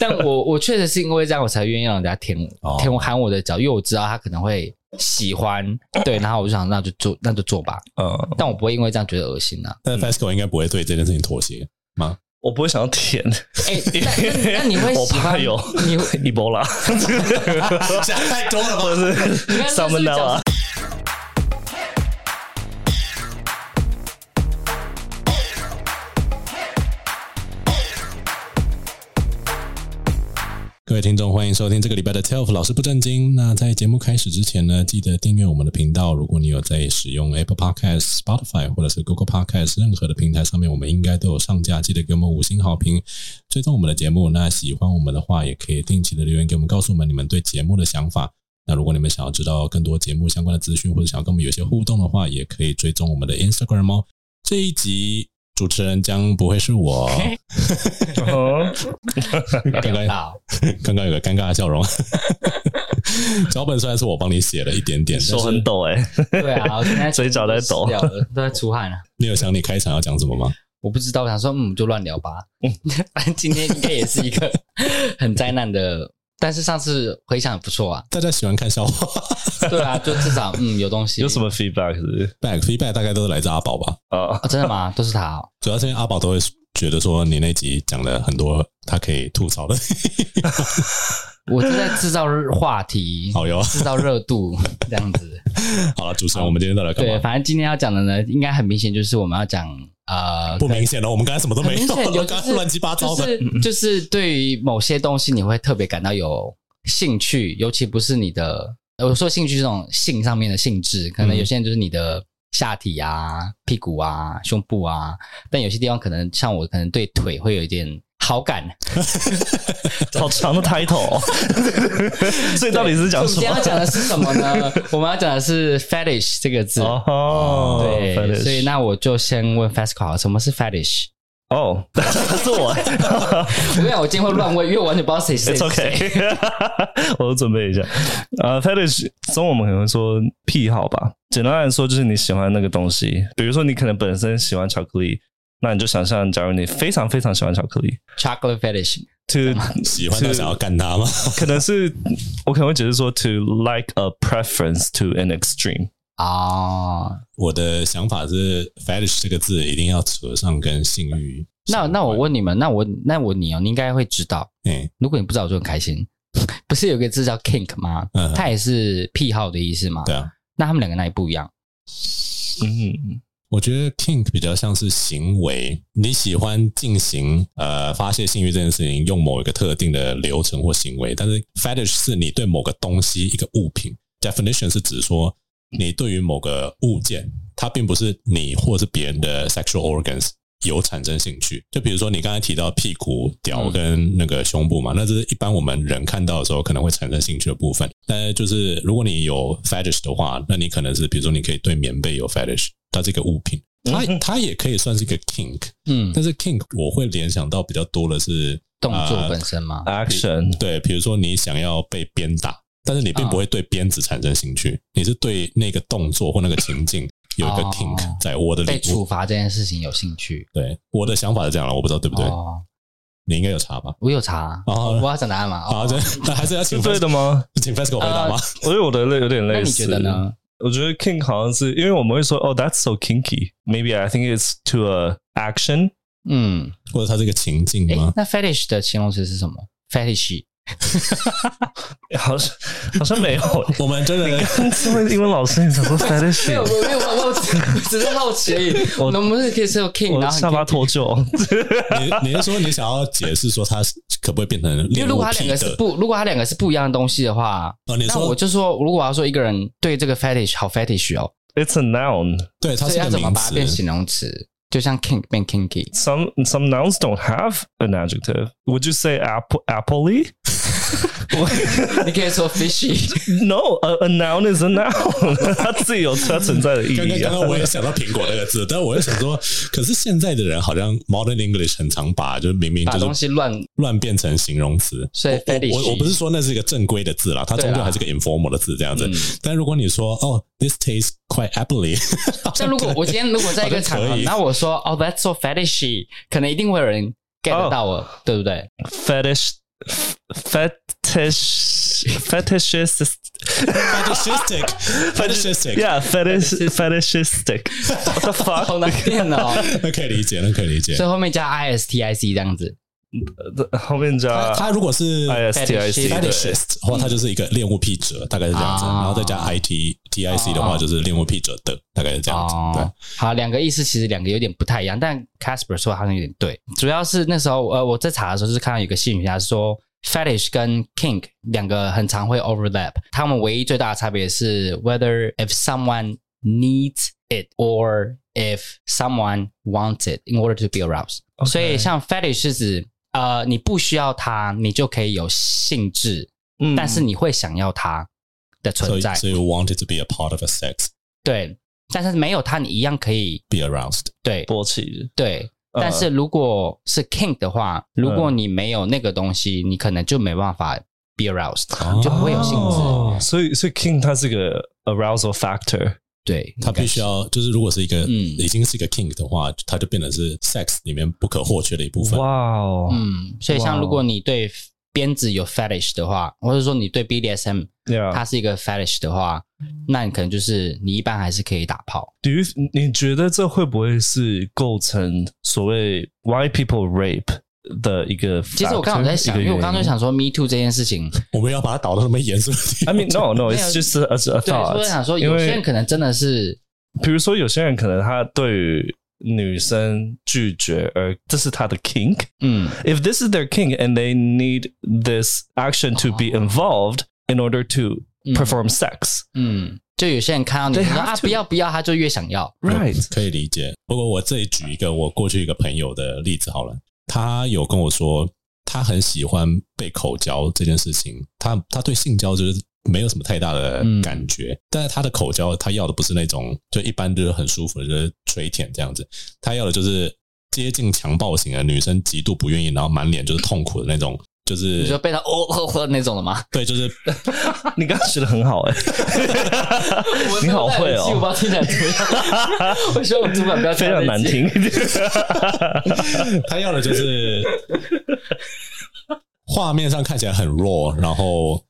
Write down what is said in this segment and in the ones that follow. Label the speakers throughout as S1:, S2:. S1: 但我我确实是因为这样，我才愿意让人家舔
S2: 哦
S1: 舔我喊我的脚，因为我知道他可能会喜 欢，对，然后我就想那就做那就做吧，
S3: 嗯，
S1: 但我不会因为这样觉得恶心啊。
S2: 但 Fasco 应该不会对这件事情妥协。
S3: 我不会想要舔，
S1: 哎、那那那你会
S3: 我
S1: 喜
S3: 怕
S1: 欢
S3: 有
S1: 你会
S3: 伊波拉，
S2: 想太多了吧？
S3: 或者 是
S1: 你看
S3: 萨
S1: 这是不是
S3: 曼达
S1: 讲
S3: 拉。
S2: 各位听众，欢迎收听这个礼拜的 TELF 老师不正经。那在节目开始之前呢，记得订阅我们的频道。如果你有在使用 Apple Podcast、Spotify 或者是 Google Podcast 任何的平台上面，我们应该都有上架。记得给我们五星好评，追踪我们的节目。那喜欢我们的话，也可以定期的留言给我们，告诉我们你们对节目的想法。那如果你们想要知道更多节目相关的资讯，或者想要跟我们有些互动的话，也可以追踪我们的 Instagram 哦。这一集主持人将不会是我，
S3: 嗯
S2: 刚刚
S1: 到
S2: 刚刚有个尴尬的笑容。脚本虽然是我帮你写了一点点，
S3: 手
S2: 但是
S3: 很抖哎、
S1: 对啊，我现在
S3: 嘴角在抖
S1: 掉了，都在出汗了。
S2: 你有想你开场要讲什么吗？
S1: 我不知道，我想说，嗯，就乱聊吧。 反正今天应该也是一个 很灾难的，但是上次回想也不错啊。
S2: 大家喜欢看笑话
S1: 对啊，就至少嗯有东西。
S3: 有什么 feedback 是不是
S2: ，back feedback 大概都是来自阿宝吧。
S3: 啊？
S1: 哦？真的吗？都是他哦。
S2: 主要是因为阿宝都会觉得说你那集讲了很多他可以吐 槽的。
S1: 我就在制造话题，
S2: 好哟，
S1: 制造热 度这样子。
S2: 好了，主持人，我们今天到底要干
S1: 对，
S2: 嘛？
S1: 反正今天要讲的呢，应该很明显就是我们要讲呃，
S2: 不明显了，我们刚才什么都没
S1: 很明显
S2: 有，
S1: 有
S2: 刚
S1: 就
S2: 才
S1: 是
S2: 乱七八糟
S1: 就
S2: 的。
S1: 是 就是对于某些东西你会特别感到有兴趣，尤其不是你的，呃我说兴趣是这种性上面的性质，可能有些人就是你的下体啊、屁股啊、胸部啊，但有些地方可能像我，可能对腿会有一点好感。
S3: 好长的 title，哦所以到底是讲什
S1: 我们今天要
S3: 么？
S1: 讲的是什么呢？我们要讲的是 fetish 这个字。
S3: 哦，
S1: 对
S3: fetish
S1: 所以那我就先问 Fasco 好了什么是 fetish？
S3: 哦， 是我
S1: 我跟你讲，我今天会乱问，因为我完全不知道谁是
S3: ，It's
S1: 谁。
S3: okay，我 准备一下。呃、f e t i s h 中文我们可能会说癖好吧，简单来说就是你喜欢那个东西，比如说你可能本身喜欢巧克力，那你就想象，假如你非常非常喜欢巧克力
S1: Chocolate fetish，
S3: ，to
S2: 喜欢到想要干他吗？
S3: 可能是我可能会解释说 to like a preference to an extreme。
S1: 哦，
S2: 我的想法是 fetish 这个字一定要扯上跟性欲相
S1: 那
S2: 关。
S1: 那我问你们，那我那我你哦，你应该会知道。
S2: 哎，
S1: 如果你不知道，我就很开心。 不是有个字叫 kink 吗？
S2: 嗯
S1: 它也是癖好的意思嘛。
S2: 对啊，
S1: 那他们两个哪里不一样？
S3: 嗯，
S2: 我觉得 kink 比较像是行为，你喜欢进行呃发泄性欲这件事情，用某一个特定的流程或行为，但是 fetish 是你对某个东西一个物品，definition 是指说你对于某个物件，它并不是你或是别人的 sexual organs 有产生兴趣。就比如说你刚才提到屁股、屌
S1: 嗯
S2: 跟那个胸部嘛，那这是一般我们人看到的时候可能会产生兴趣的部分。但是就是如果你有 fetish 的话，那你可能是比如说你可以对棉被有 fetish，它这个物品，它
S3: 嗯哼
S2: 它也可以算是一个 kink，
S1: 嗯，
S2: 但是 kink 我会联想到比较多的是
S1: 动作
S2: 呃
S1: 本身嘛。
S3: action
S2: 对，比如说你想要被鞭打，但是你并不会对鞭子产生兴趣，你是对那个动作或那个情境有一个
S1: 哦
S2: kink 在。我的
S1: 被
S2: 理
S1: 处罚这件事情有兴趣
S2: 对我的想法是这样了，我不知道对不对，
S1: 哦，
S2: 你应该有查吧？
S1: 我有查，
S2: 哦
S1: 我要讲答案嘛。
S2: 好，
S1: 哦
S2: 这那 还是要请
S3: 是对
S2: Fesco
S3: 的吗？
S2: 请 Fesco 回答吗？
S1: 呃
S3: 我觉得我的类有点
S1: 那
S3: 类
S1: 你
S3: 似。
S1: 觉得呢？
S3: 我觉得 kink 好像是因为我们会说哦、t h a t s so kinky。Maybe I think it's to a action。
S1: 嗯，
S2: 或者它是一个情境
S1: 诶，
S2: 吗？
S1: 那 fetish 的形容词是什么？fetish
S3: 好像好像 没有。
S2: 我们真的
S3: 身为英文老师，你想 说 fetish？
S1: 我没有， 我只是好奇而已。我能不能可以是有 king，
S3: 我
S1: 然
S3: 的
S1: 后
S3: 下巴脱臼。
S2: 你你是说你想要解释说它是可不可以变成
S1: 因为
S2: 恋
S1: 如
S2: 物
S1: 果它两
S2: 癖
S1: 个是
S2: 的？
S1: 不，如果它两个是不一样的东西的话，
S2: 哦，你
S1: 那我
S2: 说
S1: 就说，如果要说一个人对这个 fetish 好 fetish 哦，
S3: It's a noun.
S2: 对，它
S1: 所以
S2: 是
S1: 要
S2: 个
S1: 怎么
S2: 名
S1: 把它变
S2: 词。
S1: 形容词？就像 kink 变 kinky，
S3: Some some nouns don't have an adjective. Would you say apple appley?
S1: 你可以说 fishy，
S3: No, a, a noun is a noun. 它自己有它存在的意
S2: 刚刚
S3: 义
S2: 刚
S3: 啊。
S2: 刚我也想到苹果那个字，但我又想说，可是现在的人好像 modern English 很常把就是明明
S1: 把
S2: 就
S1: 东
S2: 是
S1: 西乱，
S2: 乱变成形容词。
S1: 所以
S2: 我我我不
S1: fetish 啊
S2: 是说那是一个正规的字啦，它终究还是个 informal 的字这样子
S1: 嗯。
S2: 但如果你说哦，this tastes quite apple，
S1: 但如果我今天如果在一个场
S2: 好像
S1: 合，
S2: 可以
S1: 然后我说哦、t h a t s so fetishy，可能一定会有人 get 哦得到我，对不对？
S3: Fetish fetish fetishist
S2: fetishistic，fetishistic，
S3: yeah fetish fetishistic what the
S1: 好
S3: fuck
S1: 难念 哦。
S2: 那可以理解，那可以理解
S1: 所。以后面加 i s t i c 这样子，
S3: 后面
S2: 他
S1: 呃
S3: 加
S2: 他如果是
S1: 哎
S3: istic 对
S2: fetishist 的话，他就是一个恋物癖者，大概是这样子。
S1: 啊
S2: 然后再加 I T T I C 的
S1: 哦
S2: 话，就是恋物癖者的，大概是这样子。
S1: 哦，好，两个意思其实两个有点不太一样，但 Casper 说好像有点对，主要是那时候呃我在查的时候就是看到有个心理学家说 fetish 跟 kink 两个很常会 overlap，他们唯一最大的差别是 whether if someone needs it or if someone wants it in order to be aroused。
S3: OK
S1: 所以像 fetish 是指呃你不需要它，你就可以有兴致，
S3: 嗯
S1: 但是你会想要它的
S2: 对，所
S1: 存
S2: 以
S1: 在，
S2: 所以 wanted to be a part of a sex,
S1: 对。但是没有它，你一样可以
S2: be aroused。
S1: 对
S3: 勃起
S1: 对，
S3: 呃
S1: 但是如果是 kink 的话，如果你没有那个东西，你可能就没办法 be aroused，、
S2: 哦
S1: 就不会有兴致。
S3: 哦所以所以 Oh, king 它是个 arousal factor
S1: 对，
S2: 他必须要，就是如果是一个
S1: 嗯
S2: 已经是一个 kink 的话，他就变成是 sex 里面不可或缺的一部分。
S3: 哇哦
S1: 嗯，所以像
S3: 哇哦
S1: 如果你对鞭子有 fetish 的话，或者说你对 BDSM 它
S3: yeah
S1: 是一个 fetish 的话，那你可能就是你一般还是可以打炮。
S3: do you 你觉得这会不会是构成所谓 why people rape 的一个 factor，
S1: 其实我刚好在想，
S3: 一
S1: 因
S3: 个
S1: 为我刚刚
S3: 原
S1: 就
S3: 因
S1: 想说 me too 这件事情，
S2: 我们要把它导到那么严肃的地
S3: ，I
S2: 方
S3: mean no no
S1: 没有
S3: it's just a, a
S1: 对，所以我
S3: thought，
S1: 想说
S3: 因
S1: 有些人
S3: 为
S1: 可能真的是
S3: 比如说有些人可能他对于女生拒绝，而这是他的 kink。
S1: 嗯
S3: If this is their kink and they need this action to be involved in order to
S1: 嗯
S3: perform sex,
S1: 嗯，就有些人看到你
S3: They
S1: 说
S3: have
S1: 啊
S3: to-
S1: 不要不要，他就越想要。
S3: right?
S2: 可以理解。不过我这里举一个我过去一个朋友的例子好了，他有跟我说，他很喜欢被口交这件事情，他他对性交就是没有什么太大的
S1: 嗯
S2: 感觉，但是他的口交他要的不是那种就一般就是很舒服的，就是垂舔这样子，他要的就是接近强暴型的女生极度不愿意，然后满脸就是痛苦的那种。就
S1: 你说
S2: 是
S1: 被他哦哦哦那种的吗？
S2: 对，就是
S3: 你刚刚学的很好哎、 你好会
S1: 我不知
S3: 哦，
S1: 道听起来怎么样。 我希望 我主管不要
S3: 非常难听。
S2: 他要的就是画面上看起来很 raw，然后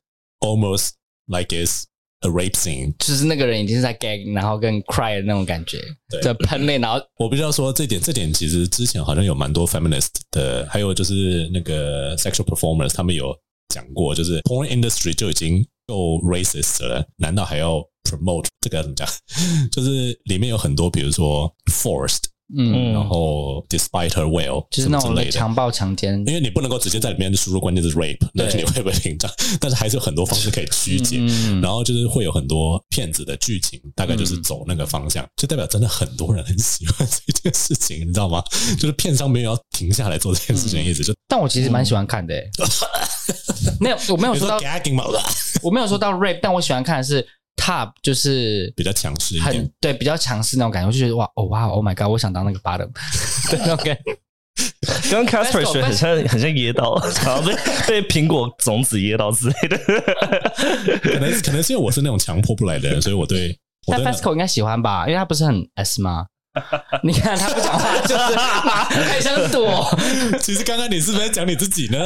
S2: almost like it's a rape scene。
S1: 就是那个人已经是在 gag，然后跟 cry 的那种感觉，
S2: 对
S1: 在喷泪，然后
S2: 我必须要说这点，这点其实之前好像有蛮多 feminist 的，还有就是那个 sexual performers 他们有讲过，就是 porn industry 就已经够 racist 了，难道还要 promote 这个要怎么讲？ 就是里面有很多，比如说 forced，
S1: 嗯，
S2: 然
S3: 嗯，
S2: 后 despite her will，
S1: 就是那
S2: 什么
S1: 种
S2: 之类的。
S1: 强暴、强奸
S2: 因。为你不能够直接在里面输入关键字 rape，那
S1: 对
S2: 你会被屏障， 但是还是有很多方式可以曲解。
S1: 嗯，
S2: 然后就是会有很多骗子的剧情，大概就是走那个方向，就代表真的很多人很喜欢这件事情，你知道吗？
S1: 嗯
S2: 就是片商没有要停下来做这件事情的意思，就
S1: 但我其实蛮喜欢看 的、欸。没有，我没有
S2: 比如
S1: 说到
S2: 说 gagging 嘛，
S1: 我没有说到 rape，但我喜欢看的是 top，就是
S2: 比较强势一
S1: 很
S2: 点。
S1: 对比较强势那种感觉，我就觉得哇哦哇哦 oh my god，我想当那个 bottom 对那种感觉。
S3: 刚刚 Casper
S1: Let's go,
S3: 学很像很像噎 到，然后被被苹果种子噎到之类的。
S2: 可能可能是因为我是那种强迫不来的人，所以我对我
S1: 但
S2: 对那
S1: Fasco 应该喜欢吧，因为他不是很 S 吗？你看他不讲话，就是还想 躲。
S2: 其实刚刚你是不是在讲你自己 呢？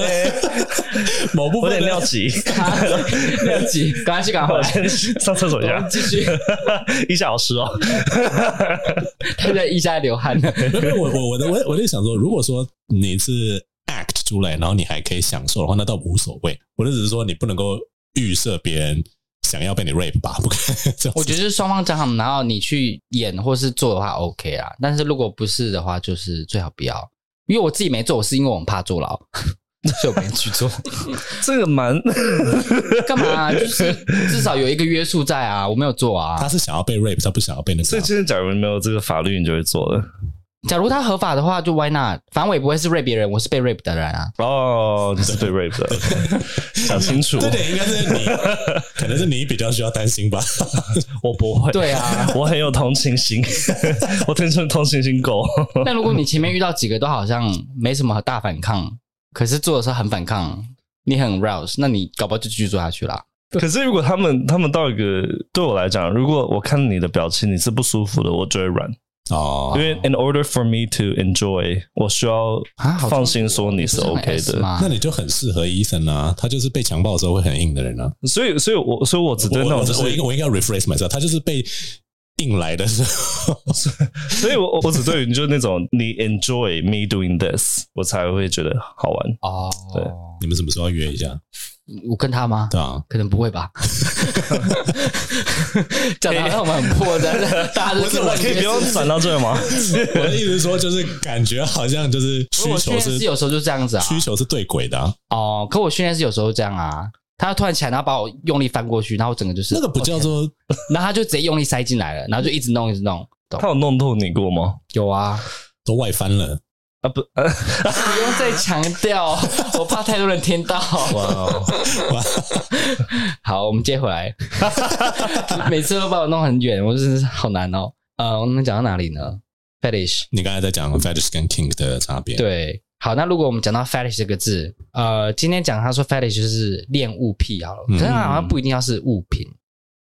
S2: 某部
S3: 我有
S2: 分
S3: 点
S2: 的
S3: 尿急，
S1: 六级，赶快去赶快
S3: 我
S1: 回来
S3: 先上厕所一
S1: 我
S3: 下
S1: 们。继续，
S3: 一小时哦。
S1: 他在腋下流 汗了。
S2: 没有我我我的我我就想说，如果说你是 act 出来，然后你还可以享受的话，那倒无所谓。我就只是说，你不能够预设别人想要被你 rape 吧，不可能这样子。
S1: 我觉得就是双方讲好，然后你去演或是做的话 OK 啊，但是如果不是的话，就是最好不要。因为我自己没做，我是因为我很怕坐 牢，所以我没去做。
S3: 这个蛮
S1: 干嘛、就是至少有一个约束在啊，我没有做啊
S2: 他。是想要被 rape，他不想要被那
S3: 所以
S2: 个。啊
S3: 今天假如没有这个法律，你就会做了。
S1: 假如他合法的话，就 Why not？反正我也不会是 rape 别人，我是被 rape 的人啊。
S3: 哦，你是被 rape 的，想清楚。
S2: 这点应该是你，可能是你比较需要担心吧。
S3: 我不会。
S1: 对啊，
S3: 我很有同情 心，我天生同情心狗。
S1: 但如果你前面遇到几个都好像没什么大反抗，可是做的时候很反抗，你很 rouse，那你搞不好就继续做下去啦。
S3: 可是如果他们他们到一个对我来讲，如果我看你的表情你是不舒服的，我就会软。
S2: 哦，
S3: 因为 in order for me to enjoy，我需要
S1: 啊好
S3: 放心说你是
S1: 不很
S3: OK
S1: S
S3: 的。
S1: 吗
S2: 那你就很适合 Ethan 啊，他就是被强暴之后会很硬的人啊。
S3: 所以，所以我所以我只对那
S2: 我
S3: 种就
S2: 我我应
S3: 是，
S2: 该我应该 rephrase myself，他就是被硬来的时候，
S3: 所以我我只对于就是那种你 enjoy me doing this，我才会觉得好玩。
S1: 哦，
S2: 你们什么时候要约一下？
S1: 我跟他吗？
S2: 对啊，
S1: 可能不会吧， 讲的好像我们很破的， 大家都
S2: 不是我
S3: 可以不用转到这吗？
S2: 我的意思是说，就是感觉好像就是需
S1: 我训
S2: 求
S1: 练
S2: 是
S1: 师有时候就这样子啊。
S2: 需求是对轨的、啊，
S1: 哦，可我训练师有时候这样啊，他突然起来，然后把我用力翻过去，然后我整个就是
S2: 那个不叫做
S1: 然后他就直接用力塞进来了，然后就一直弄一直弄。懂
S3: 他有弄痛你过吗？
S1: 有啊，
S2: 都外翻了。
S3: 啊不，啊
S1: 不用再强调，我怕太多人听到。好，我们接回来，每次都把我弄很远，我真是好难哦。呃，我们讲到哪里呢？fetish，
S2: 你刚才在讲 fetish 跟 kink 的差别，，
S1: 嗯对，好，那如果我们讲到 fetish 这个字，呃，今天讲他说 fetish 就是恋物癖好了，可
S2: 嗯
S1: 是它好像不一定要是物品，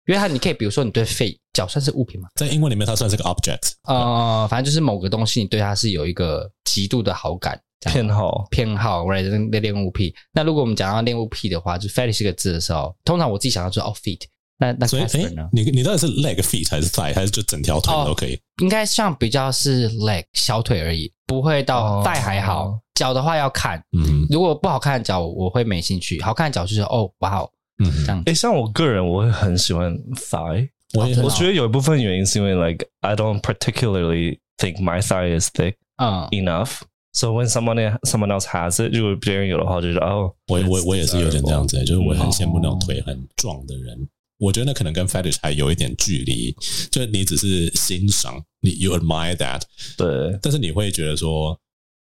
S1: 因为它你可以比如说你对肺脚算是物品嘛，
S2: 在英文里面它算是个 object，
S1: 呃，反正就是某个东西，你对它是有一个极度的好感，这样
S3: 偏好
S1: 偏好，right？那那恋物癖。那如果我们讲到恋物癖的话，就 fetish 这个字的时候，通常我自己想到就是哦 feet，那那
S2: 所以
S1: Casper
S2: 哎
S1: 呢，？
S2: 你你到底是 leg feet 还是 thigh 还是就整条腿
S1: 哦
S2: 都可以？
S1: 应该像比较是 leg 小腿而已，不会到
S3: 哦
S1: 带还好，脚的话要看。
S2: 嗯
S1: 如果不好看的脚，我会没兴趣；好看的脚就是哦，哇哦，
S2: 嗯，
S1: 这样子
S3: 诶，像我个人，我会很喜欢 thigh。
S1: 哦啊
S2: 我也
S3: 我
S2: 很
S3: 觉得有一部分原因是因为 like I don't particularly think my thigh is thick
S1: 嗯，
S3: enough. So when someone someone else has it，如果别人有的话，就是哦，
S2: 我我我也是有点这样子、就是我很羡慕那种
S1: 哦
S2: 腿很壮的人。我觉得那可能跟 fetish 还有一点距离，就你只是欣赏，你 you admire that，
S3: 对，
S2: 但是你会觉得说，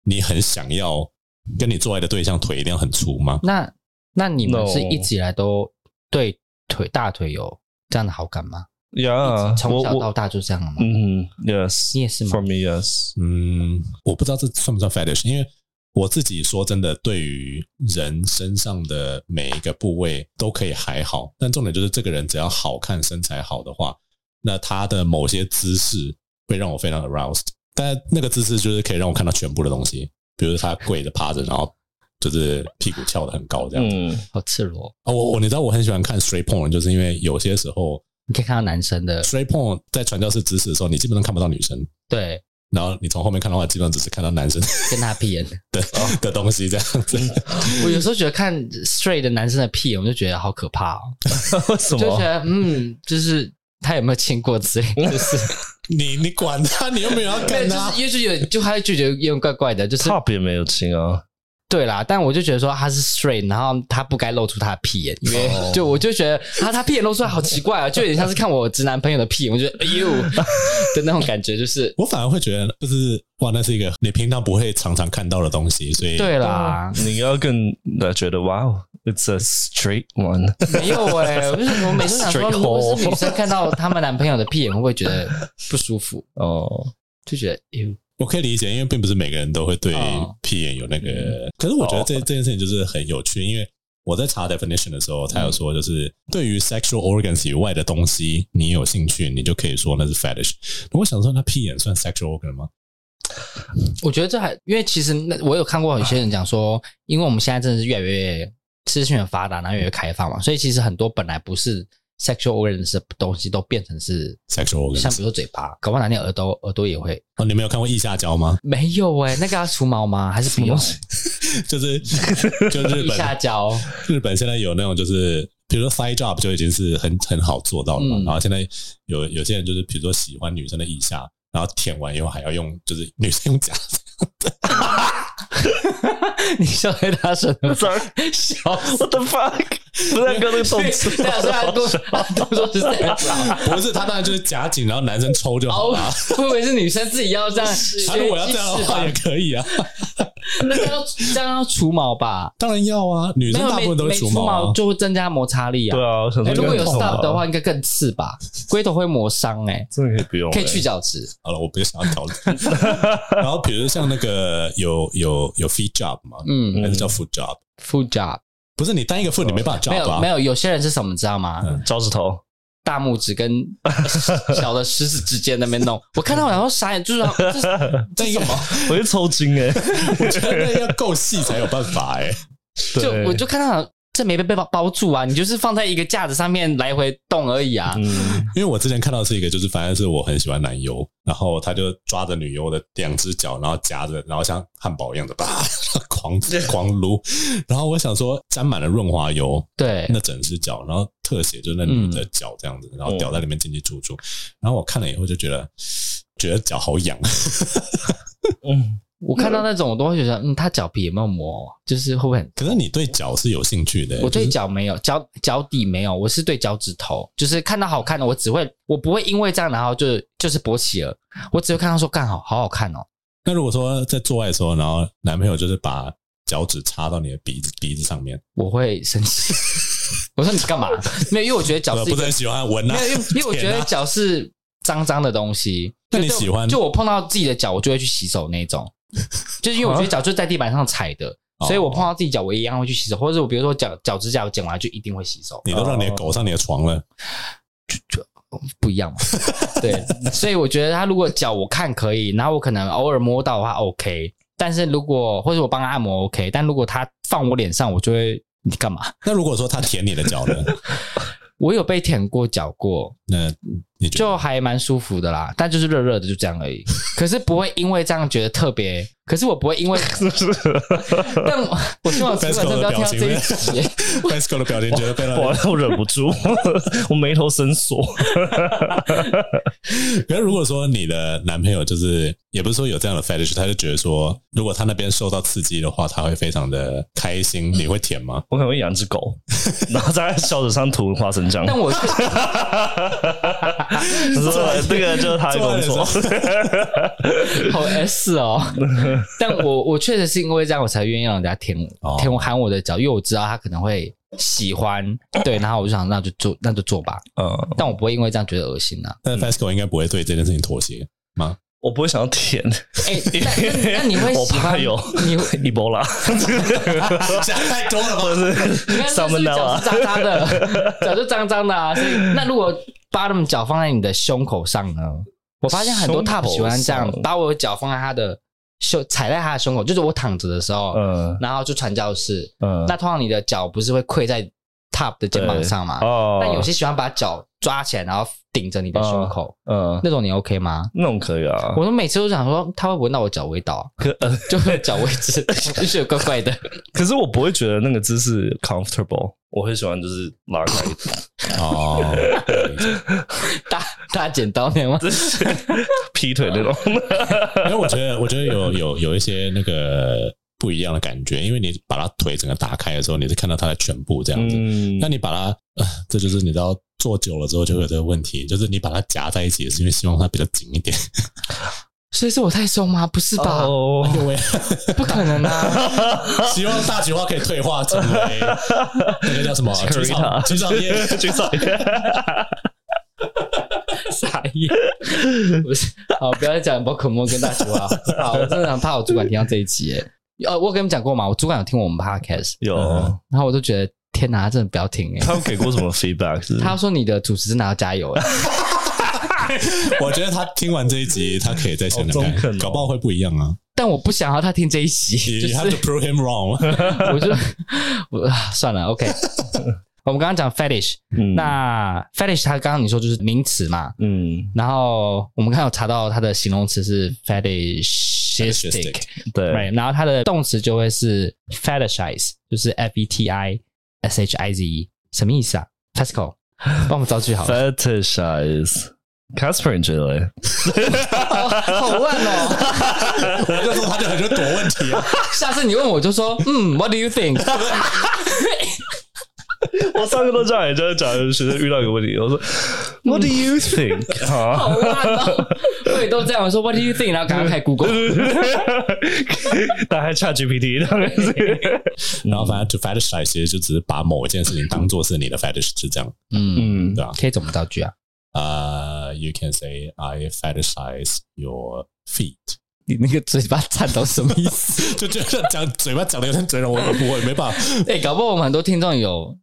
S2: 你很想要跟你做爱的对象腿一定要很粗吗？
S1: 那那你们
S3: No
S1: 是一直以来都对腿大腿有这样的好感吗？一
S3: 呀、
S1: 直
S3: yeah,，
S1: 从
S3: 呃我
S1: 小
S3: 我
S1: 到大就这样了吗？
S3: 嗯，yes，
S1: 你也是吗
S3: For me, yes，
S2: 嗯，我不知道这算不算 fetish，因为我自己说真的，对于人身上的每一个部位都可以还好，但重点就是这个人只要好看、身材好的话，那他的某些姿势会让我非常 aroused。但那个姿势就是可以让我看到全部的东西，比如他跪着、趴着，然后就是屁股翘得很高这样。
S3: 嗯，
S1: 好赤裸，
S2: 啊，我我你知道我很喜欢看 straight porn，就是因为有些时候
S1: 你可以看到男生的
S2: straight porn 在传教士姿势的时候，你基本上看不到女生，
S1: 对，
S2: 然后你从后面看的话，基本上只是看到男生。
S1: 跟他屁眼。
S2: 的东西这样子。
S1: 我有时候觉得看 straight 的男生的屁眼，我就觉得好可怕哦，
S3: 为什
S1: 就觉
S3: 么？
S1: 得嗯，就是他有没有亲过之类的， 就是
S2: 你你管他，你又没有要
S1: 对，
S2: 干
S1: 就
S3: 啊
S2: 他
S1: 是。因为就有就还就觉得有点怪怪的，就是
S3: Top 也没有亲啊，
S1: 对啦，但我就觉得说他是 straight，然后他不该露出他的屁眼，因为
S3: 哦
S1: 就我就觉得啊他他屁眼露出来好奇怪啊，就有点像是看我直男朋友的屁眼，我觉得哎呦的那种感觉， 就是
S2: 我反而会觉得，就是哇，那是一个你平常不会常常看到的东西，所以
S1: 对啦，
S3: 你要更呃觉得哇、哦 i t s a straight one，
S1: 没有哎、我就是我每次想说，
S3: Straight
S1: 如果是女生看到她们男朋友的屁眼，会不会觉得不舒服？
S3: 哦，
S1: 就觉得哎呦，
S2: 我可以理解，因为并不是每个人都会对
S1: 哦
S2: 屁眼有那个。可是我觉得这这件事情就是很有趣，因为我在查 definition 的时候，他有说就是对于 sexual organs 以外的东西，你有兴趣，你就可以说那是 fetish。我想说，那屁眼算 sexual organ 吗？
S1: 我觉得这还因为其实那我有看过有些人讲说，因为我们现在真的是越来越资讯很发达，然后越来越开放嘛，所以其实很多本来不是 sexual organs 的东西都变成是
S2: sexual
S1: 像
S2: organs
S1: 比如说嘴巴，搞不好哪天耳朵耳朵也会
S2: 哦，你没有看过腋下胶吗？
S1: 没有哎、那个要除毛吗？还是不用？
S2: 就是 就日
S1: 一
S2: 本
S1: 下胶
S2: 日本现在有那种就是，比如说 side job 就已经是很很好做到了嘛。
S1: 嗯
S2: 然后现在有有些人就是，比如说喜欢女生的腋下，然后舔完以后还要用，就是女生用夹子，
S1: 你笑太大声了吧，
S3: Sorry，
S1: 笑 死！
S3: what the fuck？不是刚那个动词
S1: 对啊，虽然动动作是这样子啊，
S2: 不是他当然就是夹紧，然后男生抽就好
S1: 哦
S2: 了啊。，
S1: 会不会是女生自己要这样？
S2: 他如果要这样的话也可以啊，
S1: 那要这样要除毛吧？
S2: 当然要啊，女
S1: 没
S2: 生
S1: 有
S2: 大部分都
S1: 没
S2: 会
S1: 没除
S2: 除毛啊。
S1: 就会增加摩擦力啊
S3: 对。啊，我想
S1: 哎
S3: 说
S1: 如果有
S3: 更痛
S1: stop
S3: 吧
S1: 的话，，应该更刺吧？龟头会磨伤哎，
S3: 真的可以不用、
S1: 可以去角质。
S2: 好了，我不想要 讨论。然后比如像那个有有有 feet job 嘛，
S1: 嗯
S2: 还是叫 foot job？
S1: ，foot job
S2: 不是你单一个 foot 你没办法
S1: 没
S2: job
S1: 有
S2: 啊
S3: 嗯
S1: 没，有，有些人是什么你知道吗？
S3: 脚趾头。
S1: 大拇指 跟小的食指之间那边弄，我看到我想说傻眼， 就是这是这是什么？
S3: 我会抽筋哎、
S2: 我觉得那要够细才有办法哎、
S1: 就
S3: 对
S1: 我就看到这没被被包包住啊，你就是放在一个架子上面来回动而已啊。
S3: 嗯，
S2: 因为我之前看到是一个，就是反正是我很喜欢男优，然后他就抓着女优的两只脚，然后夹着，然后像汉堡一样的吧， 狂狂撸，然后我想说沾满了润滑油，
S1: 对，
S3: 嗯
S2: 那整只脚，然后特写就是那女的脚这样子，
S1: 嗯
S2: 然后屌在里面进进出出，然后我看了以后就觉得觉得脚好痒，啊
S3: 嗯，
S1: 我看到那种我都会觉得，嗯，他脚皮有没有磨？就是会不会很？
S2: 可是你对脚是有兴趣的、欸
S1: 我
S2: 就
S1: 对
S2: 是
S1: 脚没有，脚脚底没有，我是对脚趾头，就是看到好看的，我只会，我不会因为这样然后就就是勃起了，我只会看到说干好好好看哦，
S2: 那如果说在做爱的时候，然后男朋友就是把脚趾插到你的鼻子鼻子上面，
S1: 我会生气。 我说你干嘛？ 没有，因为我觉得脚
S2: 我
S1: 是一
S2: 不
S1: 个
S2: 是很喜欢闻啊
S1: 没有，因为因为我觉
S2: 舔
S1: 得
S2: 啊嗯
S1: 脚是脏脏的东西。
S2: 那你
S1: 就对
S2: 喜欢
S1: 就我碰到自己的脚，我就会去洗手那 种，就是因为我觉得脚就是在地板上踩的，
S2: 哦
S1: 所以我碰到自己脚，我一样会去洗手，或者我比如说脚脚趾甲我剪完就一定会洗手，
S2: 你都让你的狗上你的床了，
S1: 不一样嘛。 对，所以我觉得他如果脚我看可以，然后我可能偶尔摸到的话 OK，但是如果或者我帮他按摩 OK，但如果他放我脸上，我就会你干嘛？
S2: 那如果说他舔你的脚呢？
S1: 我有被舔过脚过，
S2: 那你觉得？
S1: 就还蛮舒服的啦，但就是热热的，就这样而已。可是不会因为这样觉得特别，可 是我不会因为，但我我希望我主管真的不要听到这 一集。
S2: Basco 的表情觉得 非常。
S3: 我我忍不住，我眉头深锁。
S2: 可是如果说你的男朋友就是，也不是说有这样的 fetish，他就觉得说，如果他那边受到刺激的话，他会非常的开心。你会舔吗？
S3: 我可能会养只狗，然后在小指上涂花生酱。
S1: 但我
S3: 他说这个就是他的工作，
S1: 好 S 哦，但我我确实是因为这样，我才愿意让人家舔
S2: 哦
S1: 我舔我喊我的脚，因为我知道他可能会喜欢， 对，然后我就想那就做那就做吧，
S3: 嗯，
S1: 但我不会因为这样觉得恶心啊。
S2: 但 Basco 应该不会对这件事情妥协。
S3: 我不会想要舔
S1: 哎，那那那你会
S3: 我
S1: 喜
S3: 怕
S1: 欢
S3: 有
S1: 你
S3: 伊波拉，
S2: 想太多了吧？
S3: 或者是
S1: 你看，
S3: 萨
S1: 是不
S3: 门
S1: 是
S3: 达
S1: 脚是。脏
S3: 拉
S1: 脏 的，脚就脏脏的啊。所以，那如果 bottom 脚放在你的胸口上呢？我发现很多
S3: 胸口
S1: top 喜欢这样
S3: 上，
S1: 把我的脚放在他的胸，踩在他的胸口，就是我躺着的时候，
S3: 嗯
S1: 然后就传教士。
S3: 嗯，
S1: 那通常你的脚不是会跪在 top 的肩膀上嘛？
S3: 哦，
S1: 啊但有些喜欢把脚抓起来，然后顶着你的胸口，
S3: 嗯，
S1: 那种你 OK 吗？
S3: 那种可以啊。
S1: 我都每次都想说，他会闻到我脚味道 啊，就会有脚味之，就是有怪怪的。
S3: 可是我不会觉得那个姿势 comfortable，我会喜欢就是拉开 一点，
S2: 哦，
S1: 大大剪刀那样吗？
S3: 就是劈腿那种。
S2: 因为我觉得，我觉得有有有一些那个不一样的感觉，因为你把他腿整个打开的时候，你是看到他的全部这样子。
S3: 嗯
S2: 那你把它、呃，这就是你知道做久了之后就会有这个问题，就是你把它夹在一起，是因为希望它比较紧一点。
S1: 所以是我太松吗？不是吧？
S3: 哦，
S2: 因为
S1: 不可能 啊！
S2: 希望大菊花可以退化成 为那个叫什么啊
S3: Curry
S2: 菊草
S3: 塔
S2: 菊草叶。
S3: 去上夜，
S1: 傻眼， 不是。好，不要再讲宝可梦跟大熊 了。好，我真的很怕我主管听到这一集耶。呃，我跟你们讲过嘛，我主管有听我们 podcast，
S3: 有
S2: 嗯
S1: 然后我就觉得天哪，他真的不要听哎。
S3: 他们 给过什么 feedback？是
S1: 他说你的主持真的 要加油哎，
S2: 我觉得他听完这一集，他可以再想
S3: 好
S2: 想
S3: 中肯
S2: 看，
S3: 哦
S2: 搞不好会不一样啊。
S1: 但我不想要他听这一集，就
S2: You have to
S1: 是
S2: prove him wrong。
S1: 我就我啊算了，OK。我们刚刚讲 fetish，
S3: 嗯
S1: 那 fetish 它刚刚你说就是名词嘛，
S3: 嗯，
S1: 然后我们刚刚有查到它的形容词是 fetishistic，
S3: 对，
S1: Right，然后它的动词就会是 fetishize，就是 f e t i s h i z e，什么意思啊？Tesco，帮我们造句好了。
S3: fetishize。Casper 你觉得嘞？
S1: 好问哦，
S2: 我就说他就很会躲问题啊。
S1: 下次你问我就说，嗯，What do you think？
S3: 我上次都这样，也就是讲学生遇到一个问题，我说 What do you think？
S1: 好
S3: 啊，
S1: 烂 哦，我也都这样，我说 What do you think？然后刚刚开 Google，
S3: 打开 ChatGPT，大概 是
S2: 然后反正就 fetishize 其实就只是把某一件事情当做是你的 fetish，是这样。
S1: 嗯，
S3: 嗯
S2: 对啊
S1: 可以怎么造句啊？
S2: 呃、y o u can say I fetishize your feet。
S1: 你那个嘴巴颤抖什么意 思？
S2: 就觉得讲嘴巴讲的有点嘴软，我我也没办法。
S1: 哎，搞不好我们很多听众有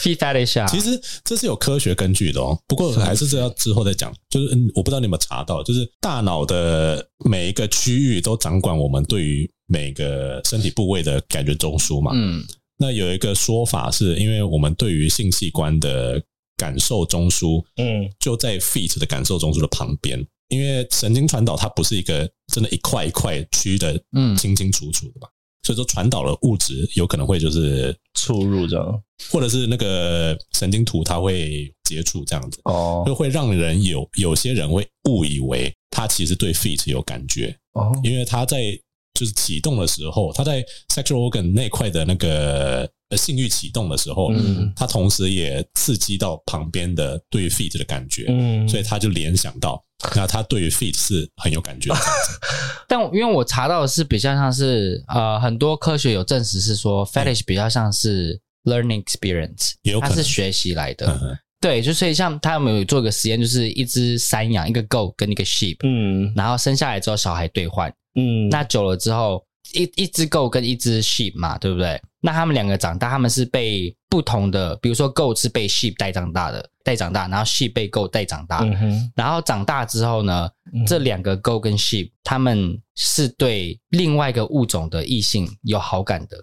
S1: feet fetish 啊，
S2: 其实这是有科学根据的哦，不过还是这要之后再讲。就是嗯我不知道你有没有查到，就是大脑的每一个区域都掌管我们对于每个身体部位的感觉中枢嘛。
S1: 嗯
S2: 那有一个说法是，因为我们对于性器官的感受中枢
S3: 嗯
S2: 就在 feet 的感受中枢的旁边，因为神经传导它不是一个真的一块一块区的
S1: 嗯，
S2: 清清楚楚的嘛，所以说传导的物质有可能会就是
S3: 出入这样
S2: 或者是那个神经图它会接触这样子，
S3: 哦
S2: 就会让人有有些人会误以为他其实对 feet 有感觉，
S3: 哦
S2: 因为他在就是启动的时候，他在 sexual organ 那块的那个呃性欲启动的时候，
S3: 嗯
S2: 他同时也刺激到旁边的对 feet 的感觉，
S3: 嗯，
S2: 所以他就联想到，那他对于 feet 是很有感觉 的。
S1: 但我因为我查到的是比较像是呃，很多科学有证实是说 fetish 比较像是 learning experience，
S2: 也有可
S1: 它是
S2: 能
S1: 学习来的。
S2: 嗯哼
S1: 对，就所以像他们有做个实验，就是一只山羊、一个 goat 跟一个 sheep，、
S3: 嗯
S1: 然后生下来之后小孩兑换，
S3: 嗯
S1: 那久了之后，一一只 goat 跟一只 sheep 嘛，对不对？那他们两个长大，他们是被不同的，比如说 goat 是被 sheep 带长大的，带长大，然后 sheep 被 goat 带长大，
S3: 嗯哼
S1: 然后长大之后呢，
S3: 嗯
S1: 这两个 goat 跟 sheep 他们是对另外一个物种的异性有好感的，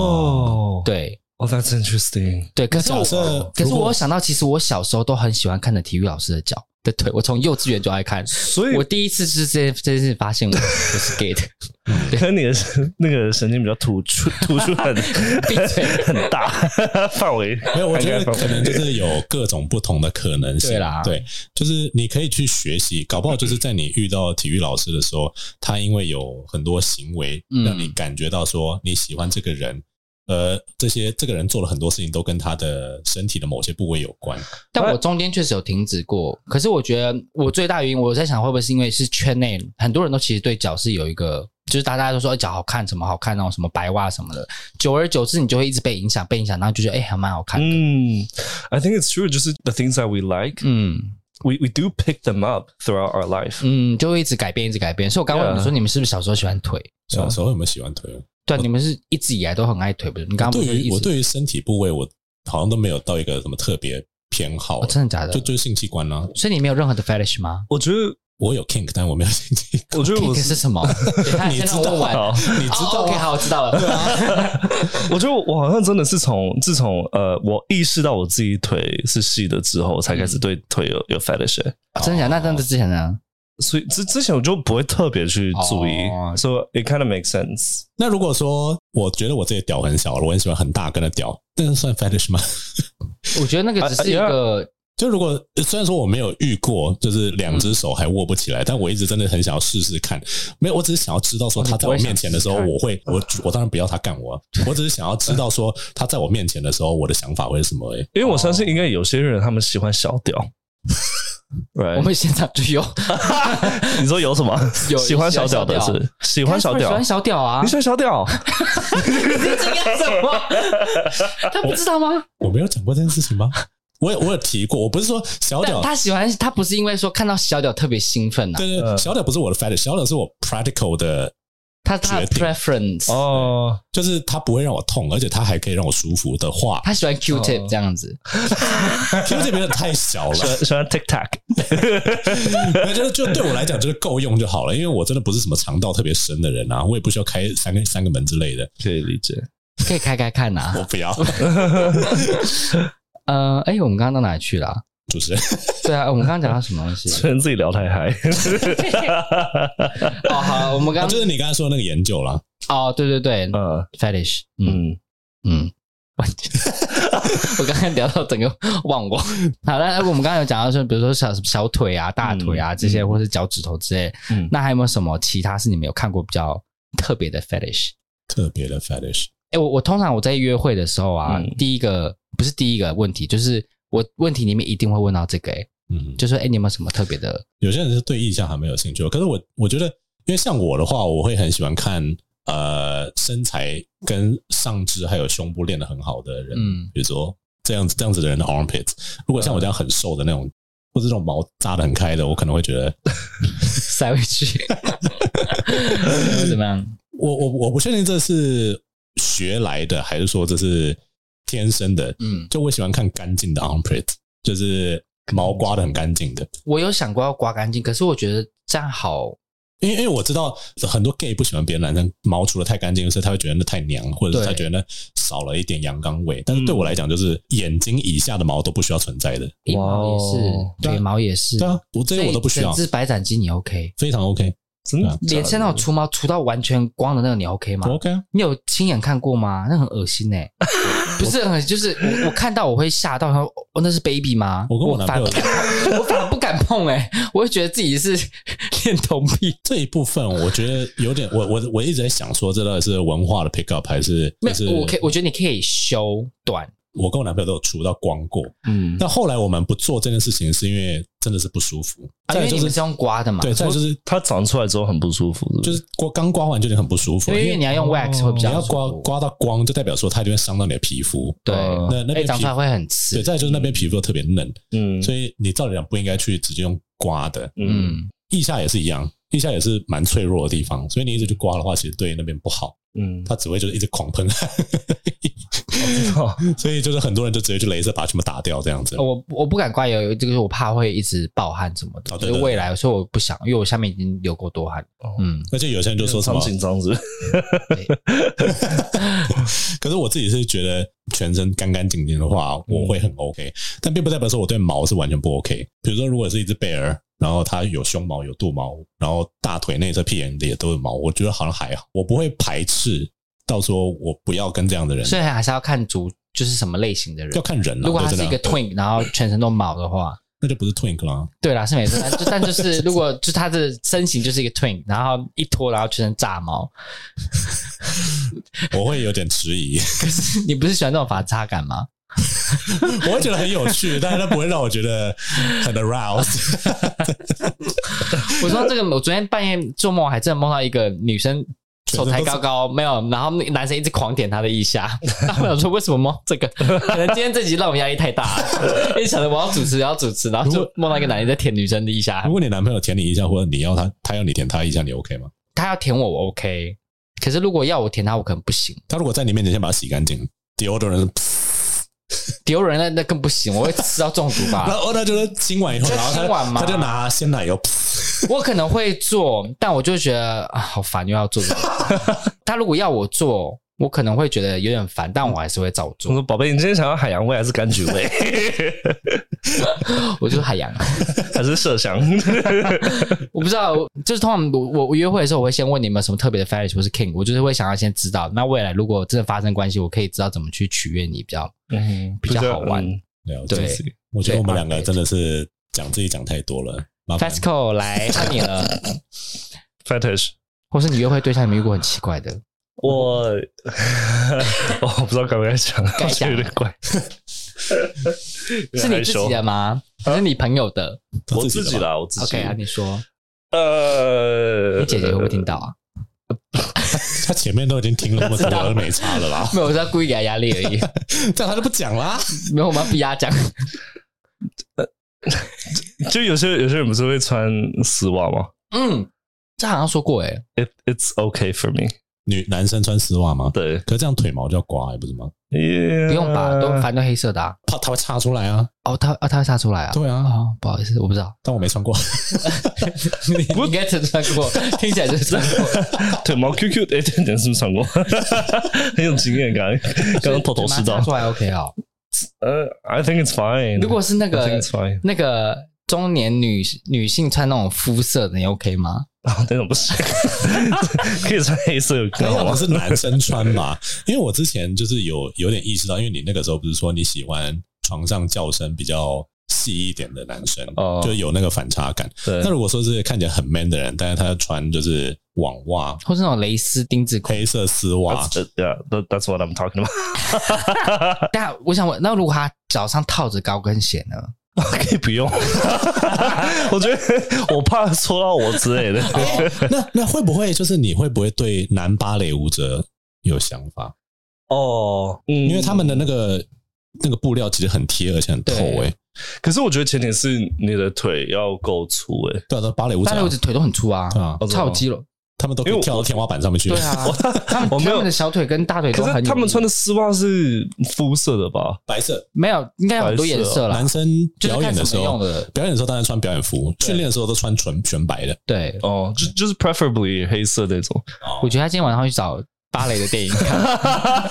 S3: 哦
S1: 对。
S3: 哦，That's interesting。
S1: 对，可是
S2: 假设
S1: 我，可是
S2: 如果
S1: 我有想到，其实我小时候都很喜欢看的体育老师的脚的腿，我从幼稚园就爱看。
S3: 所以
S1: 我第一次是这这件事发现我我是 gay 的，
S3: 可能你的神那个神经比较突出， 突出很
S1: 闭嘴。
S3: 很大范围。
S2: 没有，我觉得
S3: 涵盖
S2: 可
S3: 范围
S2: 能就是有各种不同的可能性。
S1: 对啦
S2: 对，就是你可以去学习，搞不好就是在你遇到体育老师的时候，他因为有很多行为
S1: 嗯
S2: 让你感觉到说你喜欢这个人，呃，这些这个人做了很多事情都跟他的身体的某些部位有关。
S1: 但我中间确实有停止过，可是我觉得我最大原因，我在想会不会是因为是圈内很多人都其实对脚是有一个，就是大家都说哎脚好看，什么好看那种什么白袜什么的，久而久之你就会一直被影响，被影响，然后就觉得哎、还蛮好看的，
S3: 嗯，I think it's true. 就是 the things that we like,
S1: 嗯
S3: we we do pick them up throughout our life.
S1: 嗯，就会一直改变，一直改变。所以我刚问
S3: Yeah
S2: 啊
S1: 你说你们是不是小时候喜欢腿？
S2: 小时候有没有喜欢腿？
S1: 对，啊你们是一直以来都很爱腿，不是？你刚刚不
S2: 对
S1: 是一
S2: 于
S1: 直
S2: 我对于身体部位，我好像都没有到一个什么特别偏好
S1: 哦，，真的假的
S2: 就？就是性器官呢、
S1: 所以你没有任何的 fetish 吗？
S3: 我觉得，
S2: 我有 kink，但我没有性器官。
S3: 我觉得
S1: kink
S3: 我
S1: 是什 么？等一下
S2: 你
S1: 先让
S2: 知道
S1: 我
S2: 啊
S1: 问完
S3: 好，
S2: 你知道、啊
S1: 哦？OK，好，我知道了。
S3: 我觉得我好像真的是从自从呃，我意识到我自己腿是细的之后，我才开
S1: 嗯
S3: 始对腿有有 fetish、
S1: 真的假的？那真的之前呢？
S2: 哦
S3: 所以之之前我就不会特别去注意、
S1: 哦
S3: s o it kind of makes sense。
S2: 那如果说我觉得我自己的屌很小，我很喜欢很大根的屌，那算 fetish 吗？
S1: 我觉得那个只
S2: 啊
S1: 是一个
S2: 就如果虽然说我没有遇过，就是两只手还握不起来，但我一直真的很想要试试看。没有，我只是想要知道说他在我面前的时候，
S1: 哦你
S2: 我会我我当然不要他干我，啊我只是想要知道说他在我面前的时候，我的想法会是什么、欸。
S3: 因为我相信
S1: 哦
S3: 应该有些人他们喜欢小 屌。right.
S1: 我们现场就 有
S3: 你说有什么？
S1: 有
S3: 喜欢小屌的
S1: 喜欢小屌
S3: 是喜欢小
S1: 他是不是喜欢，
S3: 屌
S1: 小屌啊
S3: 你！喜欢 小屌？
S1: 这个什么？ 他不知道吗？
S2: 我没有讲过这件事情吗？ 我有我有提过，我不是说小
S1: 但
S2: 屌，
S1: 他喜欢他不是因为说看到小屌特别兴奋啊呐，
S2: 对对，对小屌不是我的 fetish，小屌是我 practical 的，
S1: 他他的
S2: 决定
S1: preference，
S3: 哦，
S2: 就是它不会让我痛，而且它还可以让我舒服 的话，
S1: 他喜欢 Q
S3: 哦
S1: tip 这样子。
S2: 因为这边的太小
S3: 喜
S2: 了
S3: 欢。喜欢 tic tac。
S2: 我觉得就对我来讲就是够用就好了，因为我真的不是什么肠道特别深的人啊，我也不需要开三个三个门之类的，
S3: 可以理解。
S1: 可以开开看呐、
S2: 我不要。
S1: 呃，哎、我们刚刚到哪里去了啊、
S2: 主持人，
S1: 对啊，我们刚刚讲到什么东西？
S3: 虽然自己聊 太嗨，
S1: 哦，好，我们刚
S2: 啊
S1: 刚、
S2: 就是你刚才说的那个研究啦，
S1: 哦，对对对、
S3: 嗯
S1: f e t i s h 嗯
S3: 嗯，
S1: 嗯， 我刚刚聊到整个忘 我。好，那我们刚刚有讲到说，比如说小小腿啊、大腿啊
S3: 嗯
S1: 这些，
S3: 嗯
S1: 或是脚趾头之类。
S3: 嗯
S1: 那还有没有什么其他是你们有看过比较特别的 fetish？
S2: 特别的 fetish，
S1: 哎、我我通常我在约会的时候啊，
S3: 嗯
S1: 第一个不是第一个问题，就是我问题里面一定会问到这个、哎，
S2: 嗯，
S1: 就说哎、你有没有什么特别的？
S2: 有些人是对意象还没有兴趣，可是我我觉得，因为像我的话，我会很喜欢看呃身材跟上肢还有胸部练得很好的人，
S1: 嗯
S2: 比如说这样子这样子的人的 armpit，如果像我这样很瘦的那种，或者这种毛扎得很开的，我可能会觉得
S1: 塞回 去，怎么样？
S2: 我我我不确定这是学来的，还是说这是天生的，
S1: 嗯，
S2: 就我喜欢看干净的 armpit，就是毛刮的很干净的。
S1: 我有想过要刮干净，可是我觉得这样好，
S2: 因为因为我知道很多 gay 不喜欢别人男生毛除了太干净，所以他会觉得那太娘，或者是
S1: 对
S2: 他觉得那少了一点阳刚味。但是对我来讲，就是眼睛以下的毛都不需要存在的。
S1: 鼻毛也是
S3: 哇哦，
S2: 对啊
S1: 腿毛也是，
S2: 对啊，我这些我都不需要
S1: 整，只白斩鸡你 OK？
S2: 非常 OK，
S3: 真的
S1: 脸上那种除毛除到完全光的那个你 OK 吗
S2: 我？OK 啊。
S1: 你有亲眼看过吗？那很恶 心哎、不是很恶心就是我我看到我会吓到，然后哦那是 baby 吗？
S2: 我跟我男
S1: 反
S2: 朋
S1: 而
S2: 友
S1: 不敢碰我反而不 敢碰哎、我会觉得自己是 恋童癖。
S2: 这一部分我觉得有点，我我我一直在想说，这到底是文化的 pick up 还是？
S1: 没
S2: 还是
S1: 有，我可以我觉得你可以修短，
S2: 我跟我男朋友都有除到光过，
S3: 嗯，
S2: 但后来我们不做这件事情，是因为真的是不舒服。
S1: 啊
S2: 再
S1: 因
S2: 来
S1: 为
S2: 就
S1: 你们
S2: 是
S1: 是用刮的嘛，
S2: 对，再来就是
S3: 它长出来之后很不舒服，
S2: 就是是刮刚刮完就已经很不舒服
S1: 因
S2: 了，
S1: 为因为你要用 wax 会比
S2: 你
S1: 较
S2: 要
S1: 舒
S2: 刮
S1: 服
S2: 刮到光，就代表说它就会伤到你的皮肤。
S1: 对，
S3: 呃
S2: 那那
S1: 哎
S2: 边
S1: 长
S2: 皮
S1: 出来会很
S2: 对，
S1: 刺，
S2: 再来就是那边皮肤又特别嫩，
S3: 嗯
S2: 所以你照理讲不应该去直接用刮的。
S3: 嗯
S1: 嗯，
S2: 腋下也是一样，腋下也是蛮脆弱的地方，所以你一直去刮的话，其实对那边不好，
S3: 嗯，
S2: 它只会就是一直狂喷 汗，
S3: 哦
S2: 所以就是很多人就直接去镭射把它全部打掉这样子。
S1: 我我不敢刮油，有这个是我怕会一直爆汗什么的，
S2: 哦
S1: 就
S2: 对
S1: 是
S2: 对
S1: 未来，所以我不想，因为我下面已经流过多汗
S3: 哦，
S1: 嗯，
S2: 而且有些人就说什
S3: 超
S2: 么，
S3: 紧张是不是？
S2: 可是我自己是觉得全身干干净净的话，
S1: 嗯
S2: 我会很 OK，但并不代表说我对毛是完全不 OK。比如说，如果是一只贝尔，然后它有胸毛、有肚毛，然后大腿内侧、屁眼也都有毛，我觉得好像还好，我不会排斥到说我不要跟这样的人
S1: 所，以还是要看足就是什么类型的人
S2: 要。看人啦。
S1: 如果他
S2: 对
S1: 是一
S2: 真的啊
S1: 个
S2: 对
S1: twin，然后全身都毛的话，
S2: 那就不是 twink 啦。
S1: 对啦，是没错。但就但就是 如果就他的身形就是一个 twin，然后一脱然后全身炸毛，
S2: 我会有点迟疑，
S1: 可是你不是喜欢这种反差感吗？
S2: 我会觉得很有趣，但是它不会让我觉得很 aroused。
S1: 我说这个，我昨天半夜做梦，我还真的梦到一个女生。手抬高 高没有，然后那个男生一直狂点她的腋下，然后我想说为什么梦这 个？可能今天这集让我压力太大了，一直想着我要主持，我要主持，然后
S2: 如
S1: 就
S2: 果
S1: 梦到一个男人在舔女生的腋下
S2: 如，果你男朋友舔你一下，或者你要他，他要你舔他一下，你 OK 吗？
S1: 他要舔我我 OK，可是如果要我舔他，我可能不行。
S2: 他如果在你面前先把它洗干净，deodorant
S1: 丢人那那更不行，我会吃到中毒
S2: 然
S1: 吧。
S2: 后他就是亲完以后，
S1: 就
S2: 然后他
S1: 亲完嘛
S2: 他就拿鲜奶油，
S1: 我可能会做，但我就觉得啊，好烦，又要做这 个。他如果要我做，我可能会觉得有点烦，但我还是会照
S3: 我
S2: 嗯
S1: 做。
S3: 说宝贝，你今天想要海洋味还是柑橘味
S1: 我就是海洋，啊
S3: 还是麝香？
S1: 我不知道，就是通常我我我约会的时候，我会先问你们有什么特别的 fetish 或是 king，我就是会想要先知道。那未来如果真的发生关系，我可以知道怎么去取悦你比较。
S3: 嗯，
S1: 比较好 玩
S3: 嗯
S2: 了解
S1: 对
S2: 我觉得我们两个真的是讲自己讲太多了，麻
S3: 嗯
S2: 烦
S1: Fasco 来换你了，
S3: fetish。
S1: 或是你约会对象有没有遇过很奇怪的？
S3: 我我不知道该不该讲，
S1: 该讲
S3: 好像有点 怪，
S1: 是你自己的吗？还是你朋友的
S3: 我自己。啦，我啊自己。
S1: ？OK 啊，你说，
S3: 呃，
S1: 你姐姐会不会听到啊？
S2: 他前面都已经听了那么多了，没差了
S3: 呃
S2: 啦，
S1: 没有，我是要故意给他压力而已。
S2: 这样他就不讲啦。
S1: 没有，我们要逼他 讲。
S3: 就有些有些人不是会穿丝袜吗
S1: 嗯，这好像说过哎、
S3: ？It it's okay for me
S2: 女男生穿丝袜吗？
S3: 对。
S2: 可是这样腿毛就要刮，不是吗？
S3: Yeah
S1: 不用
S3: 呃
S1: 吧，都 反正都黑色的啊。
S2: 怕它会插出来啊。
S1: 哦，他啊，他会杀出来啊。
S2: 对啊，
S1: 哦，不好意思，我不知道，
S2: 但我没穿过。
S1: 你应该只穿 过，听起来就是穿过，
S3: 腿毛 QQ，哎，这点是不是穿过？ 很有经 验感，刚刚偷偷吃
S1: 所以
S3: 到
S1: 拿。出来 OK 哦。
S3: 呃，I think it's fine。
S1: 如果是那
S3: I think
S1: 个
S3: it's fine，
S1: 那个中年女女性穿那种肤色的，你 OK 吗？
S3: 啊，那种不行， 可以穿黑色有
S2: 没
S3: 更好
S2: 有，
S3: 吗
S2: 我？是男生穿吧，因为我之前就是有有点意识到，因为你那个时候不是说你喜欢床上叫声比较细一点的男生，
S3: 哦
S2: 就有那个反差感。
S3: 对
S2: 那如果说是看起来很 man 的人，但是他穿就是网袜、
S1: 或是那种蕾丝丁字裤？
S2: 黑色丝袜，
S3: That's- yeah, that, that's what I'm talking about 。
S1: 但我想问，那如果她脚上套着高跟鞋呢？
S3: 可以不用， 我觉得我怕戳到我之 类的。
S2: 那那会不会就是你会不会对男芭蕾舞者有想法？
S3: 哦，嗯
S2: 因为他们的那个那个布料其实很贴，而且很透欸
S1: 对
S2: 诶、
S3: 可是我觉得前提是你的腿要够粗诶、欸
S2: 对啊，芭蕾舞者
S1: 但
S2: 啊、
S1: 是我的腿都很粗啊，
S2: 对啊
S3: 哦真的
S1: 超
S3: 吗
S1: 有肌肉，
S2: 他们都可
S3: 因为
S2: 以
S3: 我
S2: 跳到天花板上面去。
S1: 对啊，他们
S3: 我没
S1: 他
S3: 有
S1: 们的小腿跟大腿都
S3: 可
S1: 很有
S3: 是
S1: 力，
S3: 他们穿的丝袜是肤色的吧？
S2: 白色
S1: 没有，应该有很多颜色啦
S2: 男。生
S1: 啊就是
S2: 表演
S1: 看
S2: 的
S1: 什
S2: 时
S1: 么
S2: 候
S1: 用，的，
S2: 表演的时候当然穿表演服，
S1: 对
S2: 训练的时候都穿纯全白的。
S1: 对，
S3: 哦，就就是 preferably 黑色那种。
S1: 我觉得他今天晚上会去找芭蕾的电影看。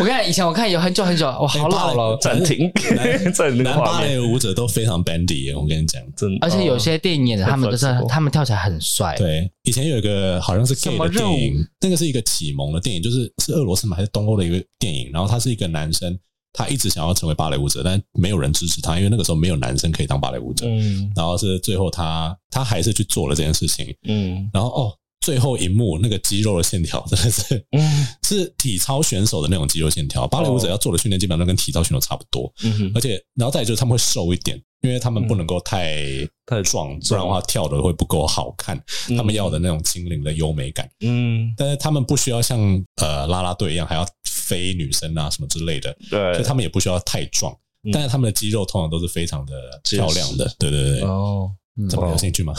S1: 我看以前我看有很久很久，我好老了，哦
S3: 暂停， 在那个
S2: 男
S3: 画
S2: 芭
S3: 面，
S2: 蕾舞者都非常 bandy，我跟你讲。
S3: 真的哦
S1: 而且有些电影演的他们都是
S3: flexible
S1: 他们跳起来很帅，
S2: 对，以前有一个好像是 gay
S1: 什么
S2: 的
S1: 任务
S2: 电影，那个是一个启蒙的电影，就是是俄罗斯嘛还是东欧的一个电影，然后他是一个男生，他一直想要成为芭蕾舞者，但没有人支持他，因为那个时候没有男生可以当芭蕾舞者。
S3: 嗯
S2: 然后是最后他他还是去做了这件事情，
S3: 嗯
S2: 然后哦，最后一幕那个肌肉的线条真的是
S3: 嗯
S2: 是体操选手的那种肌肉线条，芭蕾舞者要做的训练基本上都跟体操选手差不多，
S3: 嗯
S2: 而且然后再来就是他们会瘦一点，因为他们不能够太
S3: 太
S2: 壮，不然的话跳的会不够好看，
S3: 嗯
S2: 他们要的那种轻灵的优美感。
S3: 嗯，
S2: 但是他们不需要像呃啦啦队一样还要飞女生啊什么之类的，所
S3: 对
S2: 以，他们也不需要太壮，
S3: 嗯
S2: 但是他们的肌肉通常都是非常的
S3: 结实
S2: 漂亮的。对对对，
S3: 哦，
S1: 嗯
S2: 怎么有兴趣吗？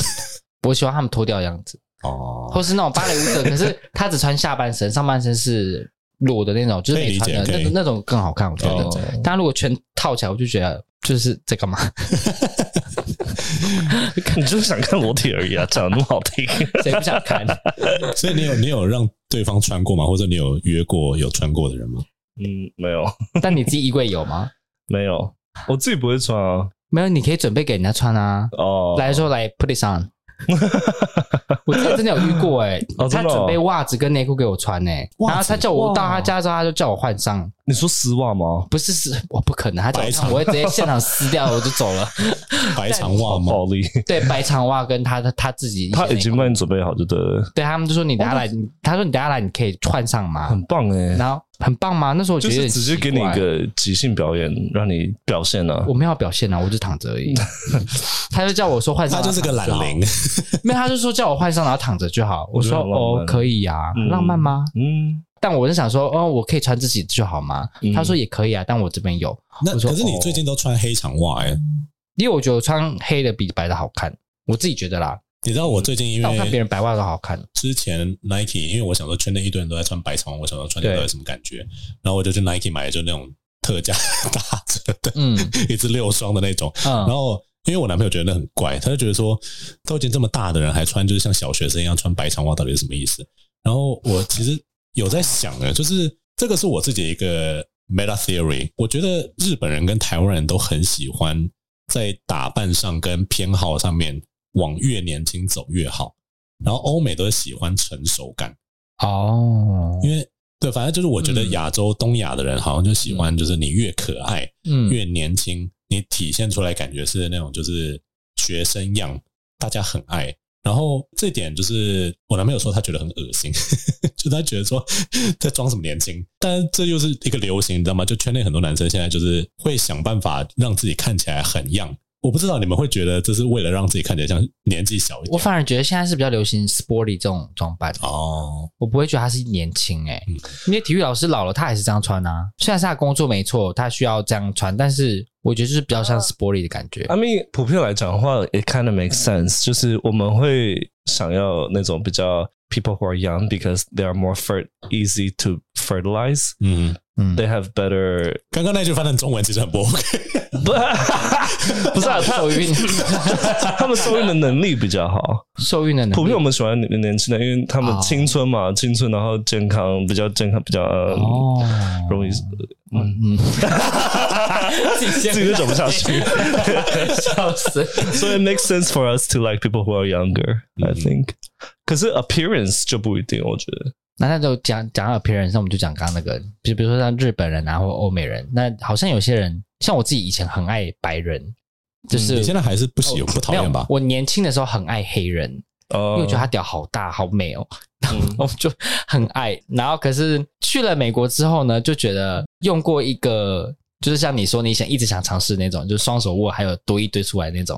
S1: 我喜欢他们脱掉的样子，
S2: 哦，
S1: 或是那种芭蕾舞者，可 是他只穿下半身，上半身是裸的那种，就是没穿的
S2: 可以理解可以
S1: 那种那种更好看，我觉
S3: 哦
S1: 得。但如果全套起来，我就觉得就是在干嘛？
S3: 你就是想看裸体而已啊，讲得那么好 听，
S1: 谁不想看？
S2: 所以你有你有让对方穿过吗？或者你有约过有穿过的人吗？
S3: 嗯，没有
S1: 但你自己衣柜有吗？
S3: 没 有，我自己不会穿啊，
S1: 没有，你可以准备给人家穿啊。
S3: 哦，
S1: 来说来，put it on。我之前真的有遇过哎、
S3: 哦
S1: 他
S3: 真的哦
S1: 准备袜子跟内裤给我穿哎、
S2: 袜子
S1: 然后他叫我
S2: 哇
S1: 到他家之后，他就叫我换上，
S3: 你说丝袜吗？
S1: 不是是我不可能，他叫我
S2: 白
S1: 穿，
S2: 长
S1: 我会直接现场撕掉，我就走 了。
S2: 白长袜吗？
S3: 暴力，
S1: 对，白长袜跟他的他自己一些内
S3: 他
S1: 裤，
S3: 已经帮你准备好就对了，
S1: 对他们就说你等下来，你他说你等下来你可以换上吗
S3: 哦很？棒哎，
S1: 然后很棒吗？那时候我觉
S3: 就
S1: 得有
S3: 是
S1: 点
S3: 直接
S1: 奇
S3: 给你一
S1: 怪
S3: 个即兴表演，让你表现啊
S1: 我，没有表现啊，我就躺着而已。
S3: 嗯
S1: 他就叫我说换上，
S2: 他就是个懒
S1: 然后躺着
S2: 灵，
S1: 没有，他就说叫我换上，然后躺着就好。我
S3: 我觉得
S1: 说
S3: 很浪漫
S1: 哦，可以啊，
S3: 嗯
S1: 浪漫吗？
S3: 嗯，
S1: 但我是想说，哦，我可以穿自己就好吗？
S3: 嗯
S1: 他说也可以啊，但我这边有，
S2: 那
S1: 我说
S2: 可是你
S1: 哦
S2: 最近都穿黑长袜哎、
S1: 因为我觉得我穿黑的比白的好看，我自己觉得啦。
S2: 你知道我最近
S3: 嗯
S2: 因
S1: 但我看别
S2: 为
S1: 人白袜都好看，
S2: 之前 Nike，因为我想说圈内一堆人都在穿白长袜，我想说穿起来
S1: 对
S2: 到底什么感觉，然后我就去 Nike 买了就那种特价 打折的，
S1: 嗯
S2: 一次六双的那种，然
S1: 嗯，
S2: 后。因为我男朋友觉得那很怪，他就觉得说，都已经这么大的人还穿，就是像小学生一样穿白长袜，到底是什么意思？然后我其实有在想呢，就是这个是我自己一个 meta theory，我觉得日本人跟台湾人都很喜欢在打扮上跟偏好上面往越年轻走越好，然后欧美都是喜欢成熟感，
S1: 哦，
S2: 因为对，反正就是我觉得
S1: 嗯
S2: 亚洲、东亚的人好像就喜欢，就是你越可爱。
S1: 嗯
S2: 越年轻，你体现出来感觉是那种就是学生样，大家很爱。然后这点就是我男朋友说他觉得很恶心， 就他觉得说在装什么年轻，但这又是一个流行，你知道吗？就圈内很多男生现在就是会想办法让自己看起来很样。我不知道你们会觉得这是为了让自己看起来像年纪小一
S1: 我
S2: 点
S1: 反而觉得现在是比较流行 sporty 这种装扮，
S2: 哦，
S1: 我不会觉得他是年轻哎
S2: 嗯，
S1: 因为体育老师老了，他还是这样穿啊。虽然是他的工作没错，他需要这样穿，但是我觉得就是比较像 sporty 的感觉
S3: I。mean，普遍来讲的话，it kind of makes sense，就是我们会想要那种比较 people who are young because they are more fer easy to fertilize.
S2: 嗯，
S1: 嗯，
S3: They have better，
S2: 刚刚那句翻成中文其实很不 OK，
S3: 不，不是啊，他
S1: 受孕
S3: 他们受孕的能力比较好。
S1: 受孕的能力
S3: 普遍我们喜欢年年轻的，因为他们
S1: 哦
S3: 青春嘛，青春，然后健康，比较健康，比较嗯
S1: 哦，
S3: 容易，嗯，
S1: 嗯，
S3: 自己都讲不下去。
S1: 笑死。
S3: So it makes sense for us to like people who are younger, I
S1: Mm-hmm
S2: 嗯
S3: think. 可是 appearance 就不一定，我觉得。
S1: 那那就讲讲到 appearance，那我们就讲刚刚那个，就比如说像日本人啊，或欧美人，那好像有些人，像我自己以前很爱白人，就是、
S2: 嗯你现在还是不喜不讨
S1: 没
S2: 厌
S1: 有
S2: 吧？
S1: 我年轻的时候很爱黑人，因
S3: 哦
S1: 为我觉得他屌好大好美哦，
S3: 嗯
S1: 我就很爱。然后可是去了美国之后呢，就觉得用过一个，就是像你说你想一直想尝试那种，就是双手握还有多一堆出来那种，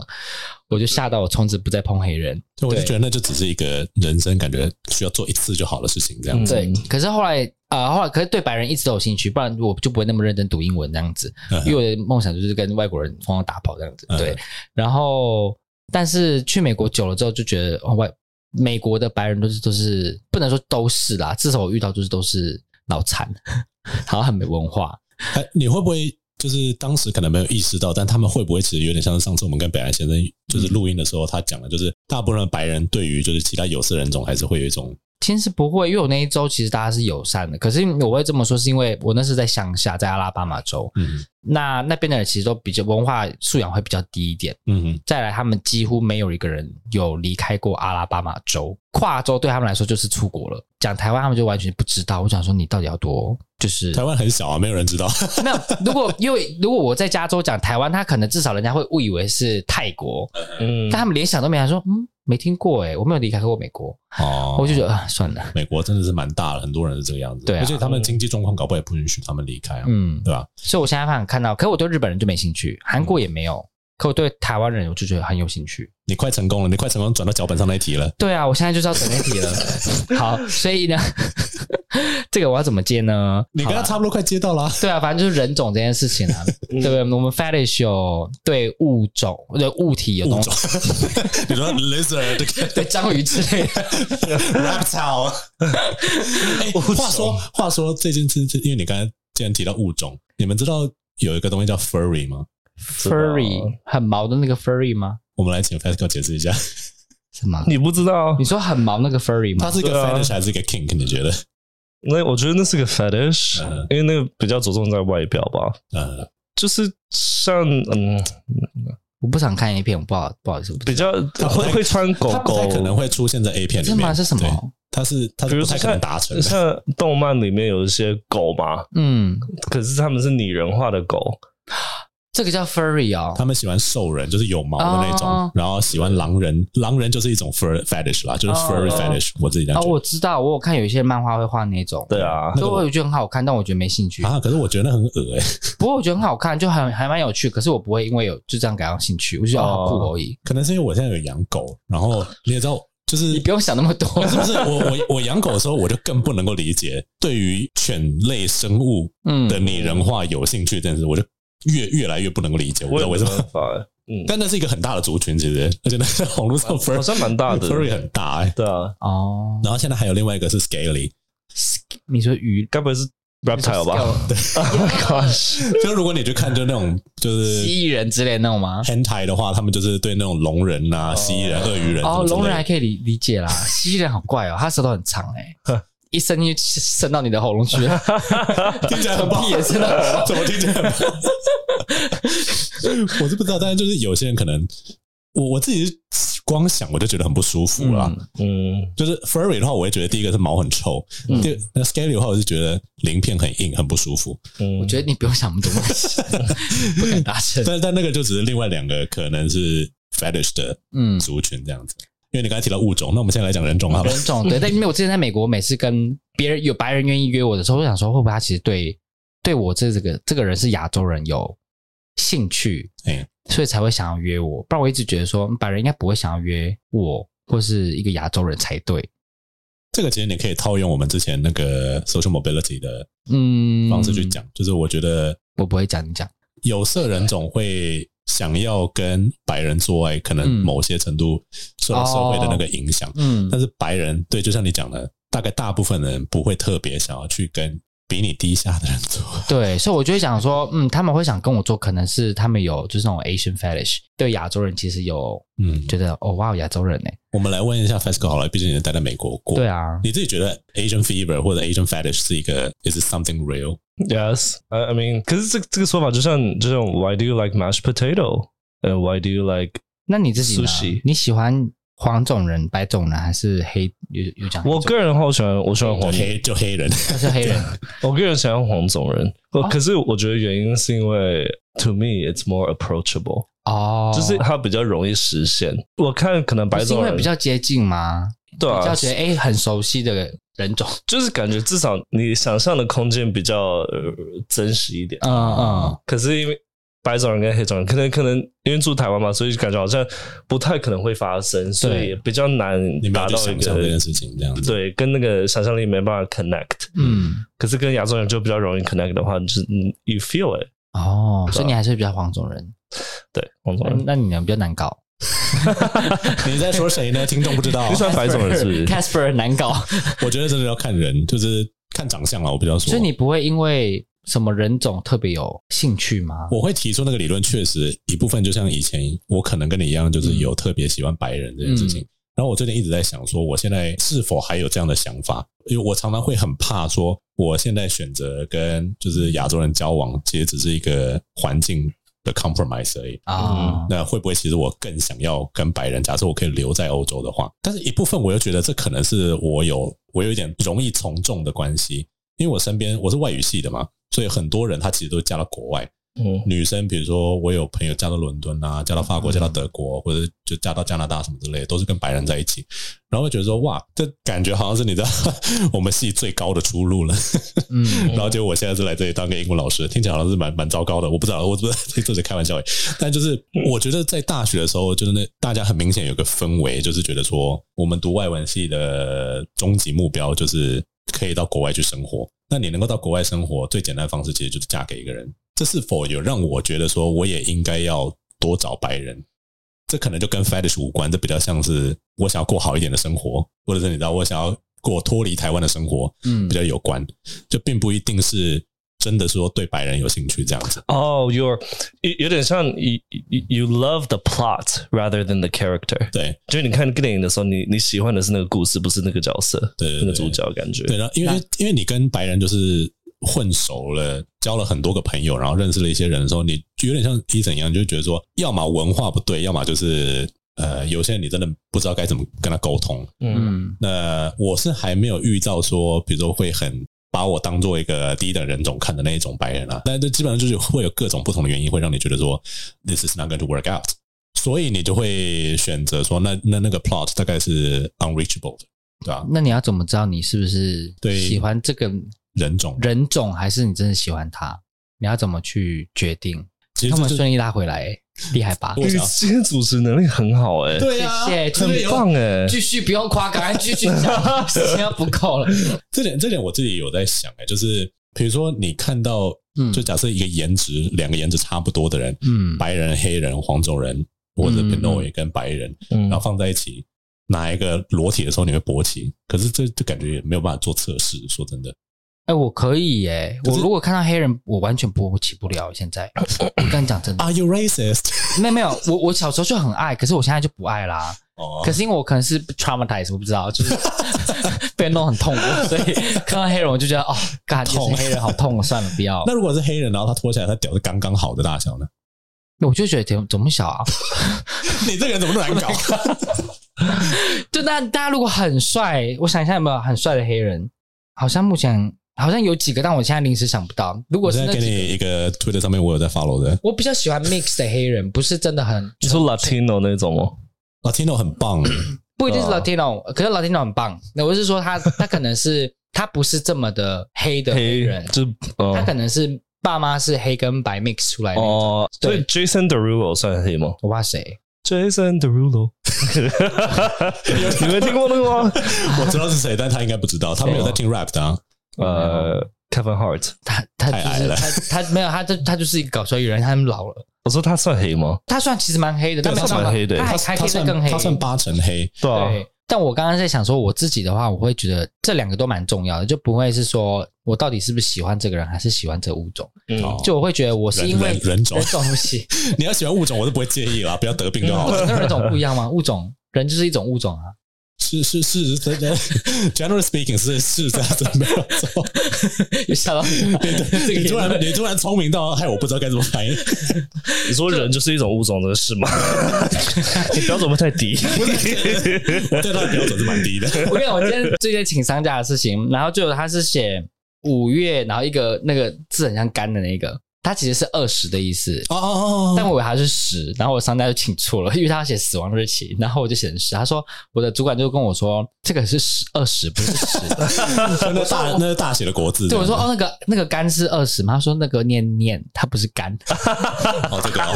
S1: 我就吓到我从此不再碰黑人。
S2: 就我就
S1: 对
S2: 觉得那就只是一个人生感觉需要做一次就好的事情，这样子。
S1: 对
S3: 嗯，
S1: 可是后来呃，后来可是对白人一直都有兴趣，不然我就不会那么认真读英文这样子。
S2: 嗯
S1: 因为我的梦想就是跟外国人疯狂打炮这样子。
S2: 嗯
S1: 对，然后但是去美国久了之后就觉得哦外美国的白人都是都是不能说都是啦，至少我遇到就是都是脑残， 好像很没文化。
S2: 哎，你会不会就是当时可能没有意识到，但他们会不会其实有点像是上次我们跟北岸先生就是录音的时候，他讲的就是大部分的白人对于就是其他有色人种还是会有一种
S1: 其实不会，因为我那一周其实大家是友善的。可是我会这么说，是因为我那是在乡下，在阿拉巴马州，
S2: 嗯
S1: 那那边的人其实都比较文化素养会比较低一点。
S2: 嗯
S1: 再来，他们几乎没有一个人有离开过阿拉巴马州，跨州对他们来说就是出国了。讲台湾，他们就完全不知道。我想说，你到底要多 就是
S2: 台湾很小啊，没有人知 道。
S1: 没有？如果因为如果我在加州讲台湾，他可能至少人家会误以为是泰国，
S3: 嗯
S1: 但，他们连想都没想，说嗯没听过哎、我没有离开过美国，
S2: 哦，
S1: 我就觉得啊算了，
S2: 美国真的是蛮大的，很多人是这个样子，
S1: 对啊
S2: 而且他们经济状况搞不好也不允许他们离开啊，
S1: 嗯。
S2: 对吧、
S1: 所以我现在反看到，可我对日本人就没兴趣，韩国也没有，可我对台湾人我就觉得很有兴趣。
S2: 你快成功了，你快成功转到脚本上那一题了。
S1: 对啊，我现在就是要整那 题了。好，所以呢， 这个我要怎么接呢？
S2: 你跟他差不多快接到 啦，
S1: 对啊，反正就是人种这件事 情啊，
S2: 嗯
S1: 对不对？我们 fetish 有对物种、对物体有
S2: 物
S1: 东
S2: 种，你说 lizard、
S1: 对章鱼之类的。
S2: reptile。哎，话说话说这件事，因为你刚才既然提到物种，你们知道有一个东西叫 furry 吗？
S3: 道
S1: furry 很毛的那个 furry 吗？
S2: 我们来请 Fasco 解释一下，
S1: 什么？
S3: 你不知道啊
S1: 你，说很毛那个 furry
S2: 它
S1: 吗？
S2: 是一个
S3: 对啊
S2: fetish 还是一个 kink？你觉得？
S3: 那我觉得那是个 fetish，、
S2: 嗯
S3: 因为那个比较着重在外表吧，
S2: 呃，
S3: 就是像嗯，
S1: 我不想看 A 片，我不好不好意思。我不知
S3: 比较
S2: 它不太
S3: 会会穿狗
S2: 它不
S3: 狗
S2: 太，可能会出现在 A 片里
S1: 道
S2: 面。
S1: 吗？是什
S2: 对？
S1: 么？
S2: 它是它
S3: 比
S2: 是
S3: 如
S2: 不
S3: 说
S2: 太可能达成的。
S3: 像动漫里面有一些狗嘛，
S1: 嗯，
S3: 可是他们是拟人化的狗，
S1: 这个叫 furry 哦。
S2: 他们喜欢兽人，就是有毛的那种，
S1: 哦
S2: 然后喜欢狼人，狼人就是一种 fur fetish 啦，就是 furry
S1: 哦
S2: fetish，、我自己这样
S1: 哦，
S2: 觉得。
S1: 我知道，我有看有一些漫画会画那种，
S3: 对啊，
S1: 所以我有觉得很好看，但我觉得没兴趣。
S2: 啊，可是我觉得那很恶哎、
S1: 不过我觉得很好看，就很还蛮有趣，可是我不会因为有就这样感到兴趣，我就觉得哦好酷而已。
S2: 可能是因为我现在有养狗，然后你也知道，就是
S1: 你不用想那么多，
S2: 是不是我我我养狗的时候，我就更不能够理解对于犬类生物
S1: 嗯
S2: 的拟人化有兴趣这件事，我就越越来越不能够理解，我不
S3: 我
S2: 知
S3: 也
S2: 道为什
S3: 没
S2: 么。
S3: 办法欸，嗯，
S2: 但那是一个很大的族群，其实，而且那在网络上 fur
S3: 好像蛮大的
S2: furry 很大哎、
S3: 对啊，
S1: 哦，
S2: 然后现在还有另外一个是 scaly，
S1: 你说鱼
S3: 该不会是 reptile 吧？？Oh my gosh！
S2: 就如果你去看就那种就是
S1: 蜥蜴人之类的那种吗？
S2: hentai 的话，他们就是对那种龙人啊、
S3: 哦
S2: 蜥蜴人、鳄鱼人
S1: 哦，
S2: 什么
S1: 龙
S2: 之类
S1: 人
S2: 的
S1: 还可以理理解啦，蜥蜴人好怪哦，他舌头很长哎，一伸进去 伸到你的喉咙去，
S2: 听起来很不好
S1: 屁，也伸到。
S2: 怎么听起来很不好？ 我是不知道，但是就是有些人可能，我我自己光想我就觉得很不舒服啦。
S1: 嗯
S3: 嗯，
S2: 就是 furry 的话，我会觉得第一个是毛很臭，
S1: 嗯
S2: 第二那 scaly 的话，我是觉得鳞片很硬，很不舒服。
S3: 嗯
S1: 我觉得你不用想那么多，不敢大声。
S2: 但但那个就只是另外两个可能是 fetish 的
S1: 嗯，
S2: 族群这样子。因为你刚才提到物种，那我们现在来讲人种好了。
S1: 人种 对，但因为我之前在美国，每次跟别人有白人愿意约我的时候，我想说会不会他其实对对我这这个这个人是亚洲人有兴趣，
S2: 哎，
S1: 所以才会想要约我。不然我一直觉得说嗯白人应该不会想要约我或是一个亚洲人才对。
S2: 这个其实你可以套用我们之前那个 social mobility 的
S1: 嗯，
S2: 方式去，讲，就是我觉得
S1: 我不会讲，你讲。
S2: 有色人种会想要跟白人做爱，可能
S1: 嗯
S2: 某些程度受到社会的那个影响，
S1: 嗯
S2: 但是白人对，就像你讲的，大概大部分人不会特别想要去跟比你低下的人做。
S1: 对，所以我就会讲说，嗯，他们会想跟我做，可能是他们有就是那种 Asian fetish，对亚洲人其实有
S2: 嗯，
S1: 觉得哦哇，亚洲人呢、
S2: 我们来问一下 Fasco 好了，毕竟你待在美国过，
S1: 对，啊，
S2: 你自己觉得 Asian fever 或者 Asian fetish 是一个 is it something real？
S3: Yes, I I mean，可是这这个说法就像就像 Why do you like mashed potato? And why do you like？
S1: 那你自己呢
S3: Sushi
S1: 你喜欢黄种人、白种人还是黑？有有讲黑
S3: 我
S1: 种
S3: 个人好喜哦欢，我喜欢 黄，
S2: 黑就黑人，
S1: 但是黑 人，
S3: 我个人喜欢黄种人。我
S1: 哦
S3: 可是我觉得原因是因为 to me it's more approachable，
S1: 哦，
S3: 就是它比较容易实现。我看可能白
S1: 不是因
S3: 种
S1: 为
S3: 人
S1: 比较接近吗？
S3: 对啊
S1: 比较，觉得哎、诶很熟悉的人种，
S3: 就是感觉至少你想象的空间比较、呃、真实一点。
S1: 嗯嗯，
S3: 可是因为白种人跟黑种人，可能可能因为住台湾嘛，所以感觉好像不太可能会发生，所以比较难
S2: 你没
S3: 达
S2: 有去
S3: 到
S2: 想
S3: 一
S2: 象这件
S3: 个
S2: 事情这样子。
S3: 对跟那个想象力没办法 connect。
S1: 嗯，
S3: 可是跟亚洲人就比较容易 connect 的话，就是嗯 you feel it。
S1: 哦，所以你还是比较黄种人，
S3: 啊对，黄种
S1: 那
S3: 人
S1: 那你呢比较难搞，
S2: 你在说谁呢？听众不知道
S3: 你，算白种人是不是
S1: Casper 难 搞，
S2: 我觉得真的要看人，就是看长相啊。我比较说，
S1: 所以你不会因为什么人种特别有兴趣吗？
S2: 我会提出那个理论，确实一部分就像以前我可能跟你一样，就是有特别喜欢白人这件事情。然后我最近一直在想，说我现在是否还有这样的想法？因为我常常会很怕，说我现在选择跟就是亚洲人交往，其实只是一个环境的 compromise 而已。
S1: 啊、
S2: 那会不会其实我更想要跟白人？假设我可以留在欧洲的话，但是一部分我又觉得这可能是我有我有一点容易从众的关系，因为我身边我是外语系的嘛，所以很多人他其实都嫁到国外。
S3: 嗯，
S2: 女生，比如说我有朋友嫁到伦敦啊，嫁到法国，
S1: 嗯
S2: 嫁到德国，或者就嫁到加拿大什么之类的，都是跟白人在一起，然后会觉得说哇，这感觉好像是你的 我们系最高的出路了。
S1: 嗯，
S2: 然后结果我现在是来这里当个英文老师，听起来好像是蛮蛮糟糕的，我不知道，我不知道这是开玩笑而已。欸但就是我觉得在大学的时候，就是那大家很明显有个氛围，就是觉得说我们读外文系的终极目标就是可以到国外去生活。那你能够到国外生活，最简单的方式其实就是嫁给一个人。这是否有让我觉得说我也应该要多找白人？这可能就跟 fetish 无关，这比较像是我想要过好一点的生活，或者是你知道我想要过脱离台湾的生活，
S1: 嗯
S2: 比较有关，就并不一定是真的说对白人有兴趣这样子。
S3: 哦、y o u r 有有点像 you you you love the plot rather than the character。
S2: 对
S3: 就是你看电影的时候，你你喜欢的是那个故事，不是那个角色，
S2: 对对
S3: 那个
S2: 对
S3: 主角感觉。
S2: 对，然后因为因为你跟白人就是混熟了，交了很多个朋友，然后认识了一些人的时候，你就有点像医生一样，你就觉得说，要么文化不对，要么就是呃，有些人你真的不知道该怎么跟他沟通。
S3: 嗯，
S1: 嗯
S2: 那我是还没有遇到说，比如说会很把我当做一个低等人种看的那一种白人啊，但这基本上就是会有各种不同的原因，会让你觉得说 this is not going to work out，所以你就会选择说，那那那个 plot 大概是 unreachable 的，对吧、
S1: 那你要怎么知道你是不是
S2: 对
S1: 喜欢这个
S2: 人种
S1: 人种，还是你真的喜欢他？你要怎么去决定？
S2: 其实
S1: 他
S2: 这
S1: 们
S2: 就是
S1: 顺利拉回来、欸厉害吧？
S2: 我
S3: 你
S2: 想
S3: 今天主持能力很好哎、
S2: 对啊，
S1: 谢谢
S2: 这
S1: 很
S2: 里
S3: 很
S2: 有
S3: 棒哎、
S1: 继续不用夸，赶快继续讲，时间不够 了。
S2: 这点这点我自己有在想哎、就是比如说你看到，
S1: 嗯
S2: 就假设一个颜值两个颜值差不多的人，
S1: 嗯，
S2: 白人、黑人、黄种人或者
S1: 嗯
S2: Pinoy 跟白人，
S3: 嗯
S2: 然后放在一起，哪一个裸体的时候你会勃起？可是这这感觉也没有办法做测试。说真的，
S1: 哎、我可以耶、
S2: 可
S1: 我
S2: 是
S1: 如果看到黑人，我完全勃起不了。现在我跟你讲真的，
S2: ，Are you racist？
S1: 没有没有，我我小时候就很爱，可是我现在就不爱啦。
S2: 哦
S1: 可是因为我可能是 traumatized，我不知道，就是 被弄很痛 苦，所以看到黑人我就觉得哦，干，
S2: 痛
S1: 痛黑人好痛，算了，不要。
S2: 那如果是黑人，然后他脱下来，他屌是刚刚好的大小呢？
S1: 那我就觉得怎么怎么小啊？
S2: 你这个人怎么那么 难搞？
S1: 就大大家如果很帅，我想一下有没有很帅的黑人？好像目前好像有几个，但我现在临时想不到。如
S2: 我
S1: 果
S2: 现
S1: 是
S2: 在
S1: 那
S2: 给
S1: 几个，
S2: 你一个 Twitter 上面我有在 follow 的
S1: 我比较喜欢 mix 的黑人，不是真的很
S3: 你说 Latino 那种哦，
S2: ，Latino 很 棒，
S1: 不一定是
S3: 对啊
S1: Latino，、可是 Latino 很棒。那我是说他他可能是他不是这么的黑的黑人，
S3: 就是哦
S1: 他可能是爸妈是黑跟白 mix 出来的。
S3: 哦，所以 Jason Derulo 算黑吗
S1: 我怕谁？
S3: ？Jason Derulo，你们听过那个吗？
S2: 我知道是谁，但他应该不知道，他没有在听 rap 的、啊。
S3: 呃，Kevin Hart，
S1: 他他
S2: 太矮
S1: 就是
S2: 了
S1: 他他没有他就他就是一个搞笑艺人，他们老了，
S3: 我说他算黑吗？
S1: 他算其实蛮黑的，但没有
S3: 他蛮
S1: 办法
S3: 黑的
S1: 他还
S2: 他
S1: 还可
S2: 他
S1: 以再
S2: 算
S1: 更黑。
S2: 他算八成黑，
S3: 对啊，
S1: 对，但我刚刚在想说，我自己的话，我会觉得这两个都蛮重要的，就不会是说我到底是不是喜欢这个人，还是喜欢这物种。
S3: 嗯
S2: 哦
S1: 就我会觉得我是因为
S2: 人人人种
S1: 人种不行，
S2: 你要喜欢物种，我是不会介意啦，不要得病就好
S1: 物
S2: 了
S1: 种。跟人种不一样吗？物种人就是一种物种啊。
S2: 是是是，真的，generally speaking 是是这样子，没有错。
S1: 有吓到啊 你吗 这个
S2: 你
S1: 也
S2: 突然你突然聪明到害我不知道该怎么反应。
S3: 你说人就是一种物种，这 是吗？你标准会太低。
S2: 我 对他的标准是蛮低的。
S1: 我跟你讲，我今天最近请商家的事情，然后就有他是写五月，然后一个那个字很像干的那个，它其实是二十的意思。
S2: 哦哦
S1: 但我以为他是十，然后我商家就请错了，因 为他要写死亡日期，然后我就写成十。他说我的主管就跟我说，这个是十二十，不是十。
S2: 哦， 那大那是大写的国字。
S1: 对我说
S2: 哦
S1: 哦，那个那个干是二十吗？他说那个念念，它不是干。
S2: 哦，这个哦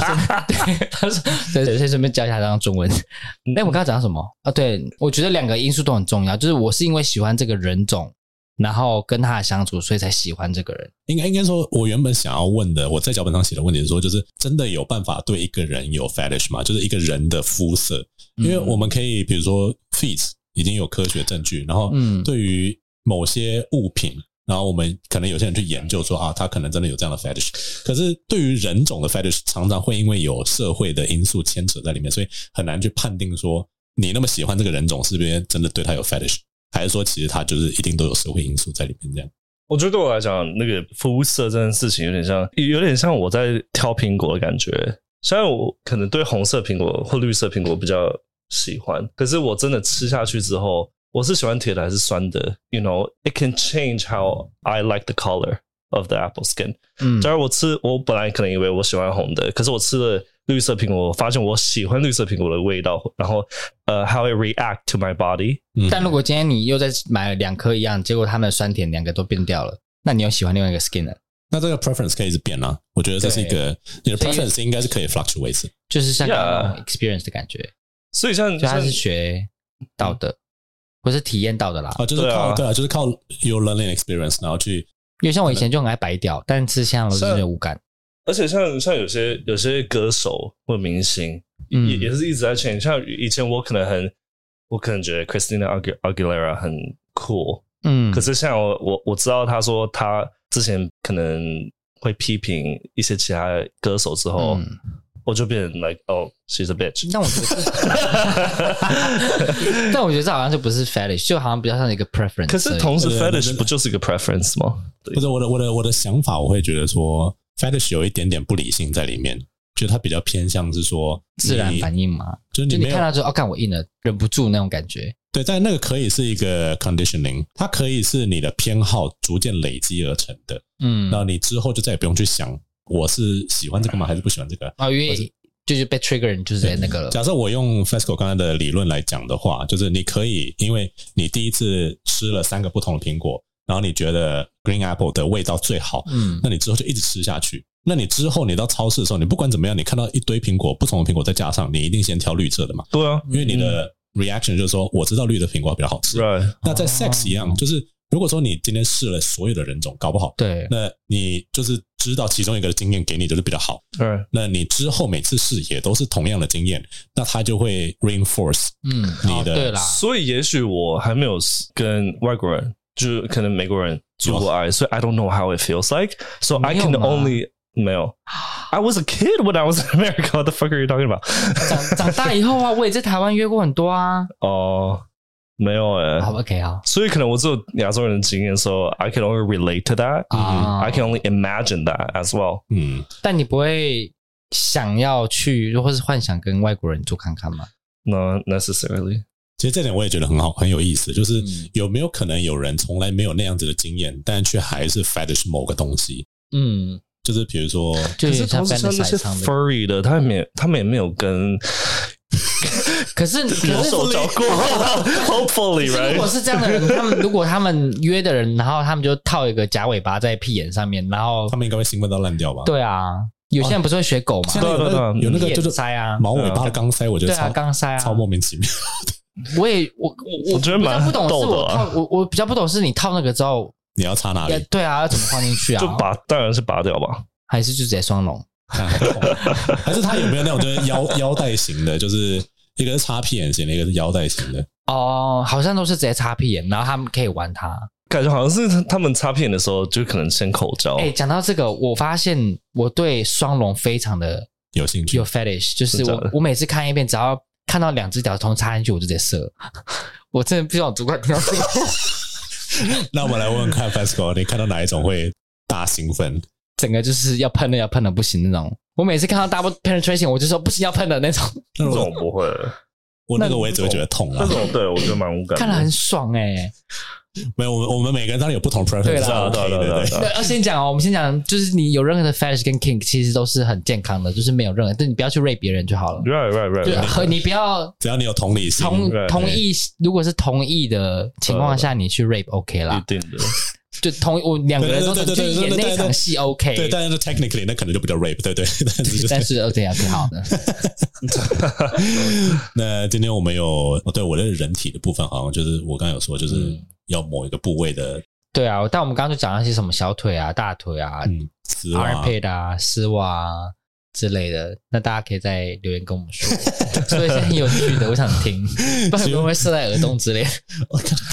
S1: 他说对对，先顺便教一下这张中文。哎，我刚刚讲到什么啊？对，我觉得两个因素都很重要，就是我是因为喜欢这个人种，然后跟他的相处，所以才喜欢这个人。
S2: 应该应该说，我原本想要问的，我在脚本上写的问题是说，就是真的有办法对一个人有 fetish 吗？就是一个人的肤色，因为我们可以比如说 feet 已经有科学证据，然后
S1: 嗯
S2: 对于某些物品，然后我们可能有些人去研究说啊，他可能真的有这样的 fetish，可是对于人种的 fetish，常常会因为有社会的因素牵扯在里面，所以很难去判定说你那么喜欢这个人种是不是真的对他有 fetish，还是说其实他就是一定都有社会因素在里面这样。
S3: 我觉得对我来讲，那个肤色这件事情有点像，有点像我在挑苹果的感觉。虽然我可能对红色苹果或绿色苹果比较喜欢，可是我真的吃下去之后，我是喜欢甜的还是酸的？You know, it can change how I like the color of the apple skin.
S1: 嗯
S3: 假如我吃，我本来可能以为我喜欢红的，可是我吃了绿色苹果，我发现我喜欢绿色苹果的味道，然后呃、h o w it react to my body，
S2: 嗯
S1: 但如果今天你又再买了两颗一样，结果它们的酸甜两个都变掉了，那你又喜欢另外一个 skin 了，
S2: 那这个 preference 可以一直变啊，我觉得这是一个你的
S1: 所以
S2: preference 应该是可以 fluctuate 的。
S1: 就是像
S3: Yeah
S1: 那种 experience 的感觉，
S3: 所以像
S1: 就它
S3: 像
S1: 是学到的，或是体验到的啦。
S2: 啊，就是
S3: 对啊
S2: 靠对啊，就是靠 your learning experience，然后去
S1: 因为像我以前就很爱白屌，但是现在我就是觉得无感。
S3: 而且像像有些有些歌手或明星，
S1: 嗯
S3: 也也是一直在 change。像以前我可能很，我可能觉得 Christina Agu- Aguilera 很酷，
S1: 嗯，
S3: 可是像我我我知道他说他之前可能会批评一些其他歌手之后，
S1: 嗯
S3: 我就变成 like oh she's a bitch。
S1: 但我觉得 这，但我觉得这好像就不是 fetish，就好像比较像一个 preference 而已。
S3: 可是同时
S2: 对对对
S3: fetish 不就是一个 preference 吗？对
S2: 或者我的我的我的想法，我会觉得说 fetish 有一点点不理性在里面，就它比较偏向是说
S1: 自然
S2: 你
S1: 反应嘛，
S2: 就是
S1: 就
S2: 你
S1: 你
S2: 没有
S1: 看到之后，哦，干我硬了，忍不住那种感觉。
S2: 对，但那个可以是一个 conditioning，它可以是你的偏好逐渐累积而成的，
S1: 嗯，
S2: 那你之后就再也不用去想我是喜欢这个吗，还是不喜欢这个。
S1: 啊，因为就是被 trigger 就是在那个了。
S2: 假设我用 E FESCO 刚才的理论来讲的话，就是你可以，因为你第一次吃了三个不同的苹果，然后你觉得 Green Apple 的味道最好，
S1: 嗯
S2: 那你之后就一直吃下去。那你之后你到超市的时候，你不管怎么样，你看到一堆苹果，不同的苹果再加上，你一定先挑绿色的嘛，
S3: 对啊
S2: 因为你的 reaction 就是说，我知道绿的苹果比较好吃。
S3: ，right，
S2: 那在 sex 一样，就是如果说你今天试了所有的人种，搞不好，
S1: 对，
S2: 那你就是知道其中一个经验给你就是比较好，
S3: right，
S2: 那你之后每次试也都是同样的经验，那它就会 reinforce
S1: 嗯，
S2: 你
S1: 哦
S2: 的
S1: 对啦，
S3: 所以也许我还没有跟外国人，就是可能美国人做过爱，所以 I don't know how it feels like. So I
S1: 没有
S3: can
S1: 吗
S3: only 没有。I was a kid when I was in America. What the fuck are you talking about?
S1: 长长大以后啊，我也在台湾约过很多啊。
S3: 哦、没有诶、
S1: 好，OK，好
S3: 所以可能我只有亚洲人的经验，so I can only relate to that.
S1: 啊
S3: 嗯 I can only imagine that as well.
S2: 嗯，
S1: 但你不会想要去，或是幻想跟外国人做看看吗？
S3: Not necessarily.
S2: 其实这点我也觉得很好，很有意思。就是
S1: 嗯
S2: 有没有可能有人从来没有那样子的经验，但却还是 fetish 某个东西？
S1: 嗯，
S2: 就是比如说，
S1: 就
S3: 可
S1: 有
S3: 是
S1: 点像
S3: 同时像那
S1: fantasy
S3: 些
S1: 上的
S3: furry 的，他们也他们也没有跟
S1: 可是可
S3: 魔
S1: 是
S3: 兽交 过。Hopefully,
S1: 可是
S3: right?
S1: 如果是这样的人，他们如果他们约的人，然后他们就套一个假尾巴在屁眼上面，然后
S2: 他们应该会兴奋到烂掉吧？，
S1: 对啊，有些人不是会学狗嘛
S2: 现，在有
S3: 对对
S2: 那
S3: 对
S2: 有那个就
S1: 眼
S2: 是
S1: 塞啊，
S2: 毛尾巴的钢塞，我觉得
S1: 对
S2: 超
S1: 啊，刚塞啊
S2: 超，莫名其妙。
S1: 我也我我
S3: 我觉得
S1: 比较
S3: 蛮
S1: 不懂是
S3: 逗
S1: 我
S3: 的啊
S1: 套我我比较不懂是你套那个之后，
S2: 你要插哪
S1: 要
S2: 里？
S1: 对啊，要怎么放进去啊？
S3: 就拔，当然是拔掉吧。
S1: 还是就直接双龙？
S2: 看还痛 还是他有没有那种就是腰腰带型的？就是一个是插屁眼型的，一个是腰带型的。
S1: 哦，好像都是直接插屁眼，然后他们可以玩它。
S3: 感觉好像是他们插片的时候，就可能先口交。
S1: 哎、讲到这个，我发现我对双龙非常的
S2: 有兴趣
S1: 有？fetish，就是
S3: 真的假
S1: 我
S3: 的
S1: 我每次看一遍，只要看到两只脚同插进去，我就直接射。 我真的不希望我主管听到这个。
S2: 那我们来问问看 FESCO，你看到哪一种会大兴奋？
S1: 整个就是要喷的要喷的不行那种。我每次看到 double penetration，我就说不行要喷的那种，
S2: 那
S3: 这
S2: 种
S3: 种不会，
S2: 我那个我也只会觉得痛
S3: 那
S2: 啊。
S3: 种对我觉得蛮无感的。
S1: 啊看了很爽哎、
S2: 没有，我们我们每个人当然有不同的 preference，
S1: 对啦
S2: 是
S3: 对啊
S2: OK
S3: 对
S2: 的
S3: 啊对啊
S2: 对
S3: 对啊
S1: 对，要先讲哦，我们先讲，就是你有任何的 fetish 跟 kink，其实都是很健康的，就是没有任何，但你不要去 rape 别人就好了。
S3: Right, right,
S1: 对，
S3: right.
S1: 和你不要
S2: 只要你有同理心，
S1: 同
S3: 对
S1: 同意，如果是同意的情况下，你去 rape OK 啦，
S3: 一定的。
S1: 就同意我两个人都
S2: 对
S1: 就
S2: 对对对对
S1: 演那一场戏 OK，
S2: 对，但是 technically 那可能就比较 rape，对对。 但是就是
S1: 但是 OK 啊，挺好的。
S2: 那今天我们有哦对我的人体的部分，好像就是我刚才有说，就是
S1: 嗯
S2: 要某一个部位的
S1: 对啊，但我们刚刚就讲那些什么小腿啊、大腿啊、
S2: 嗯，丝袜
S1: armpit 啊、丝袜啊之类的，那大家可以在留言跟我们说。所以现在有趣的，我想听，不然很多人会射在耳洞之类的，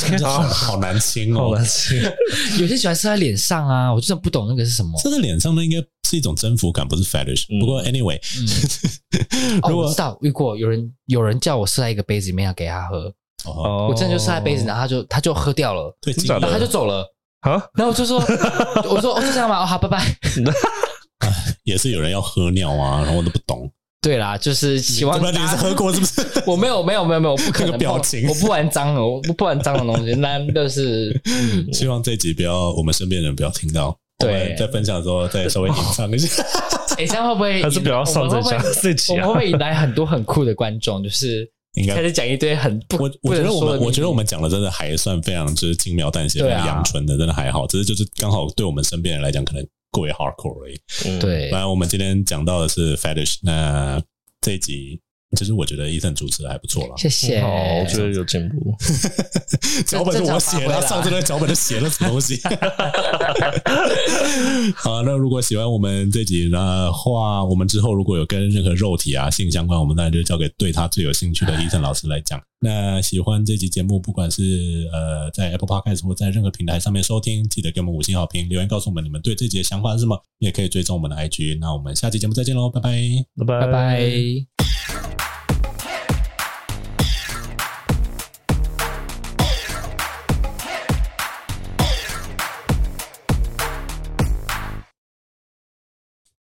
S2: 真的好 好难清
S3: 好
S2: 哦
S3: 难。听。
S1: 有些喜欢射在脸上啊，我真的不懂那个是什么。
S2: 这在脸上呢，应该是一种征服感，不是 fetish。
S3: 嗯
S2: 不过 anyway，
S1: 哦，
S2: 如
S1: 我
S2: 果
S1: 知道遇过有人有人叫我射在一个杯子里面要给他喝，
S2: 哦，
S3: 哦
S1: 我真的就射在杯子，然后他就他就喝掉了，
S2: 对，
S3: 真
S2: 经
S3: 的假
S1: 然后
S3: 的
S1: 他就走了，
S3: 啊，
S1: 然后我就说我说哦就这样吧，哦好拜拜。
S2: 也是有人要喝尿啊，然后我都不懂，
S1: 对啦，就是希望
S2: 不知道
S1: 大
S2: 你是
S1: 家
S2: 喝过是不是？
S1: 我没有没有没有没有，我不可能
S2: 那个表
S1: 碰
S2: 情
S1: 我不玩脏的，我不不玩脏的东西，那就是嗯
S2: 希望这集不要我们身边人不要听到。
S1: 对
S2: 我们在分享的时候再稍微隐藏 一下。
S1: 哎、这样会不会
S3: 还是不要上这
S1: 这
S3: 下 这
S1: 我
S3: 集
S1: 们
S3: 啊
S1: 会 不？会引来很多很酷的观众？就是
S2: 应该
S1: 开始讲一堆很不，
S2: 我我觉得我
S1: 不能说的
S2: 们
S1: 秘密
S2: 我觉得我们讲的真的还算非常就是轻描淡写、
S1: 对
S2: 很
S1: 啊
S2: 阳春的，真的还好。只是就是刚好对我们身边人来讲，可能过于 hardcore 而已。
S3: 嗯，
S1: 对
S2: 反正我们今天讲到的是 fetish，那这一集其实我觉得伊森主持的还不错啦。
S1: 谢谢。
S3: 好，我觉得有进步。
S2: 脚本是我写
S1: 正常发挥啦
S2: 的，上次那个脚本就写了什么东西。 好，那如果喜欢我们这集的话，我们之后如果有跟任何肉体啊性相关，我们当然就交给对他最有兴趣的伊森老师来讲。那喜欢这集节目，不管是呃在 Apple Podcast 或在任何平台上面收听，记得给我们五星好评，留言告诉我们你们对这集的想法是什么，也可以追踪我们的 IG。那我们下期节目再见喽，拜拜。
S3: 拜
S1: 拜拜。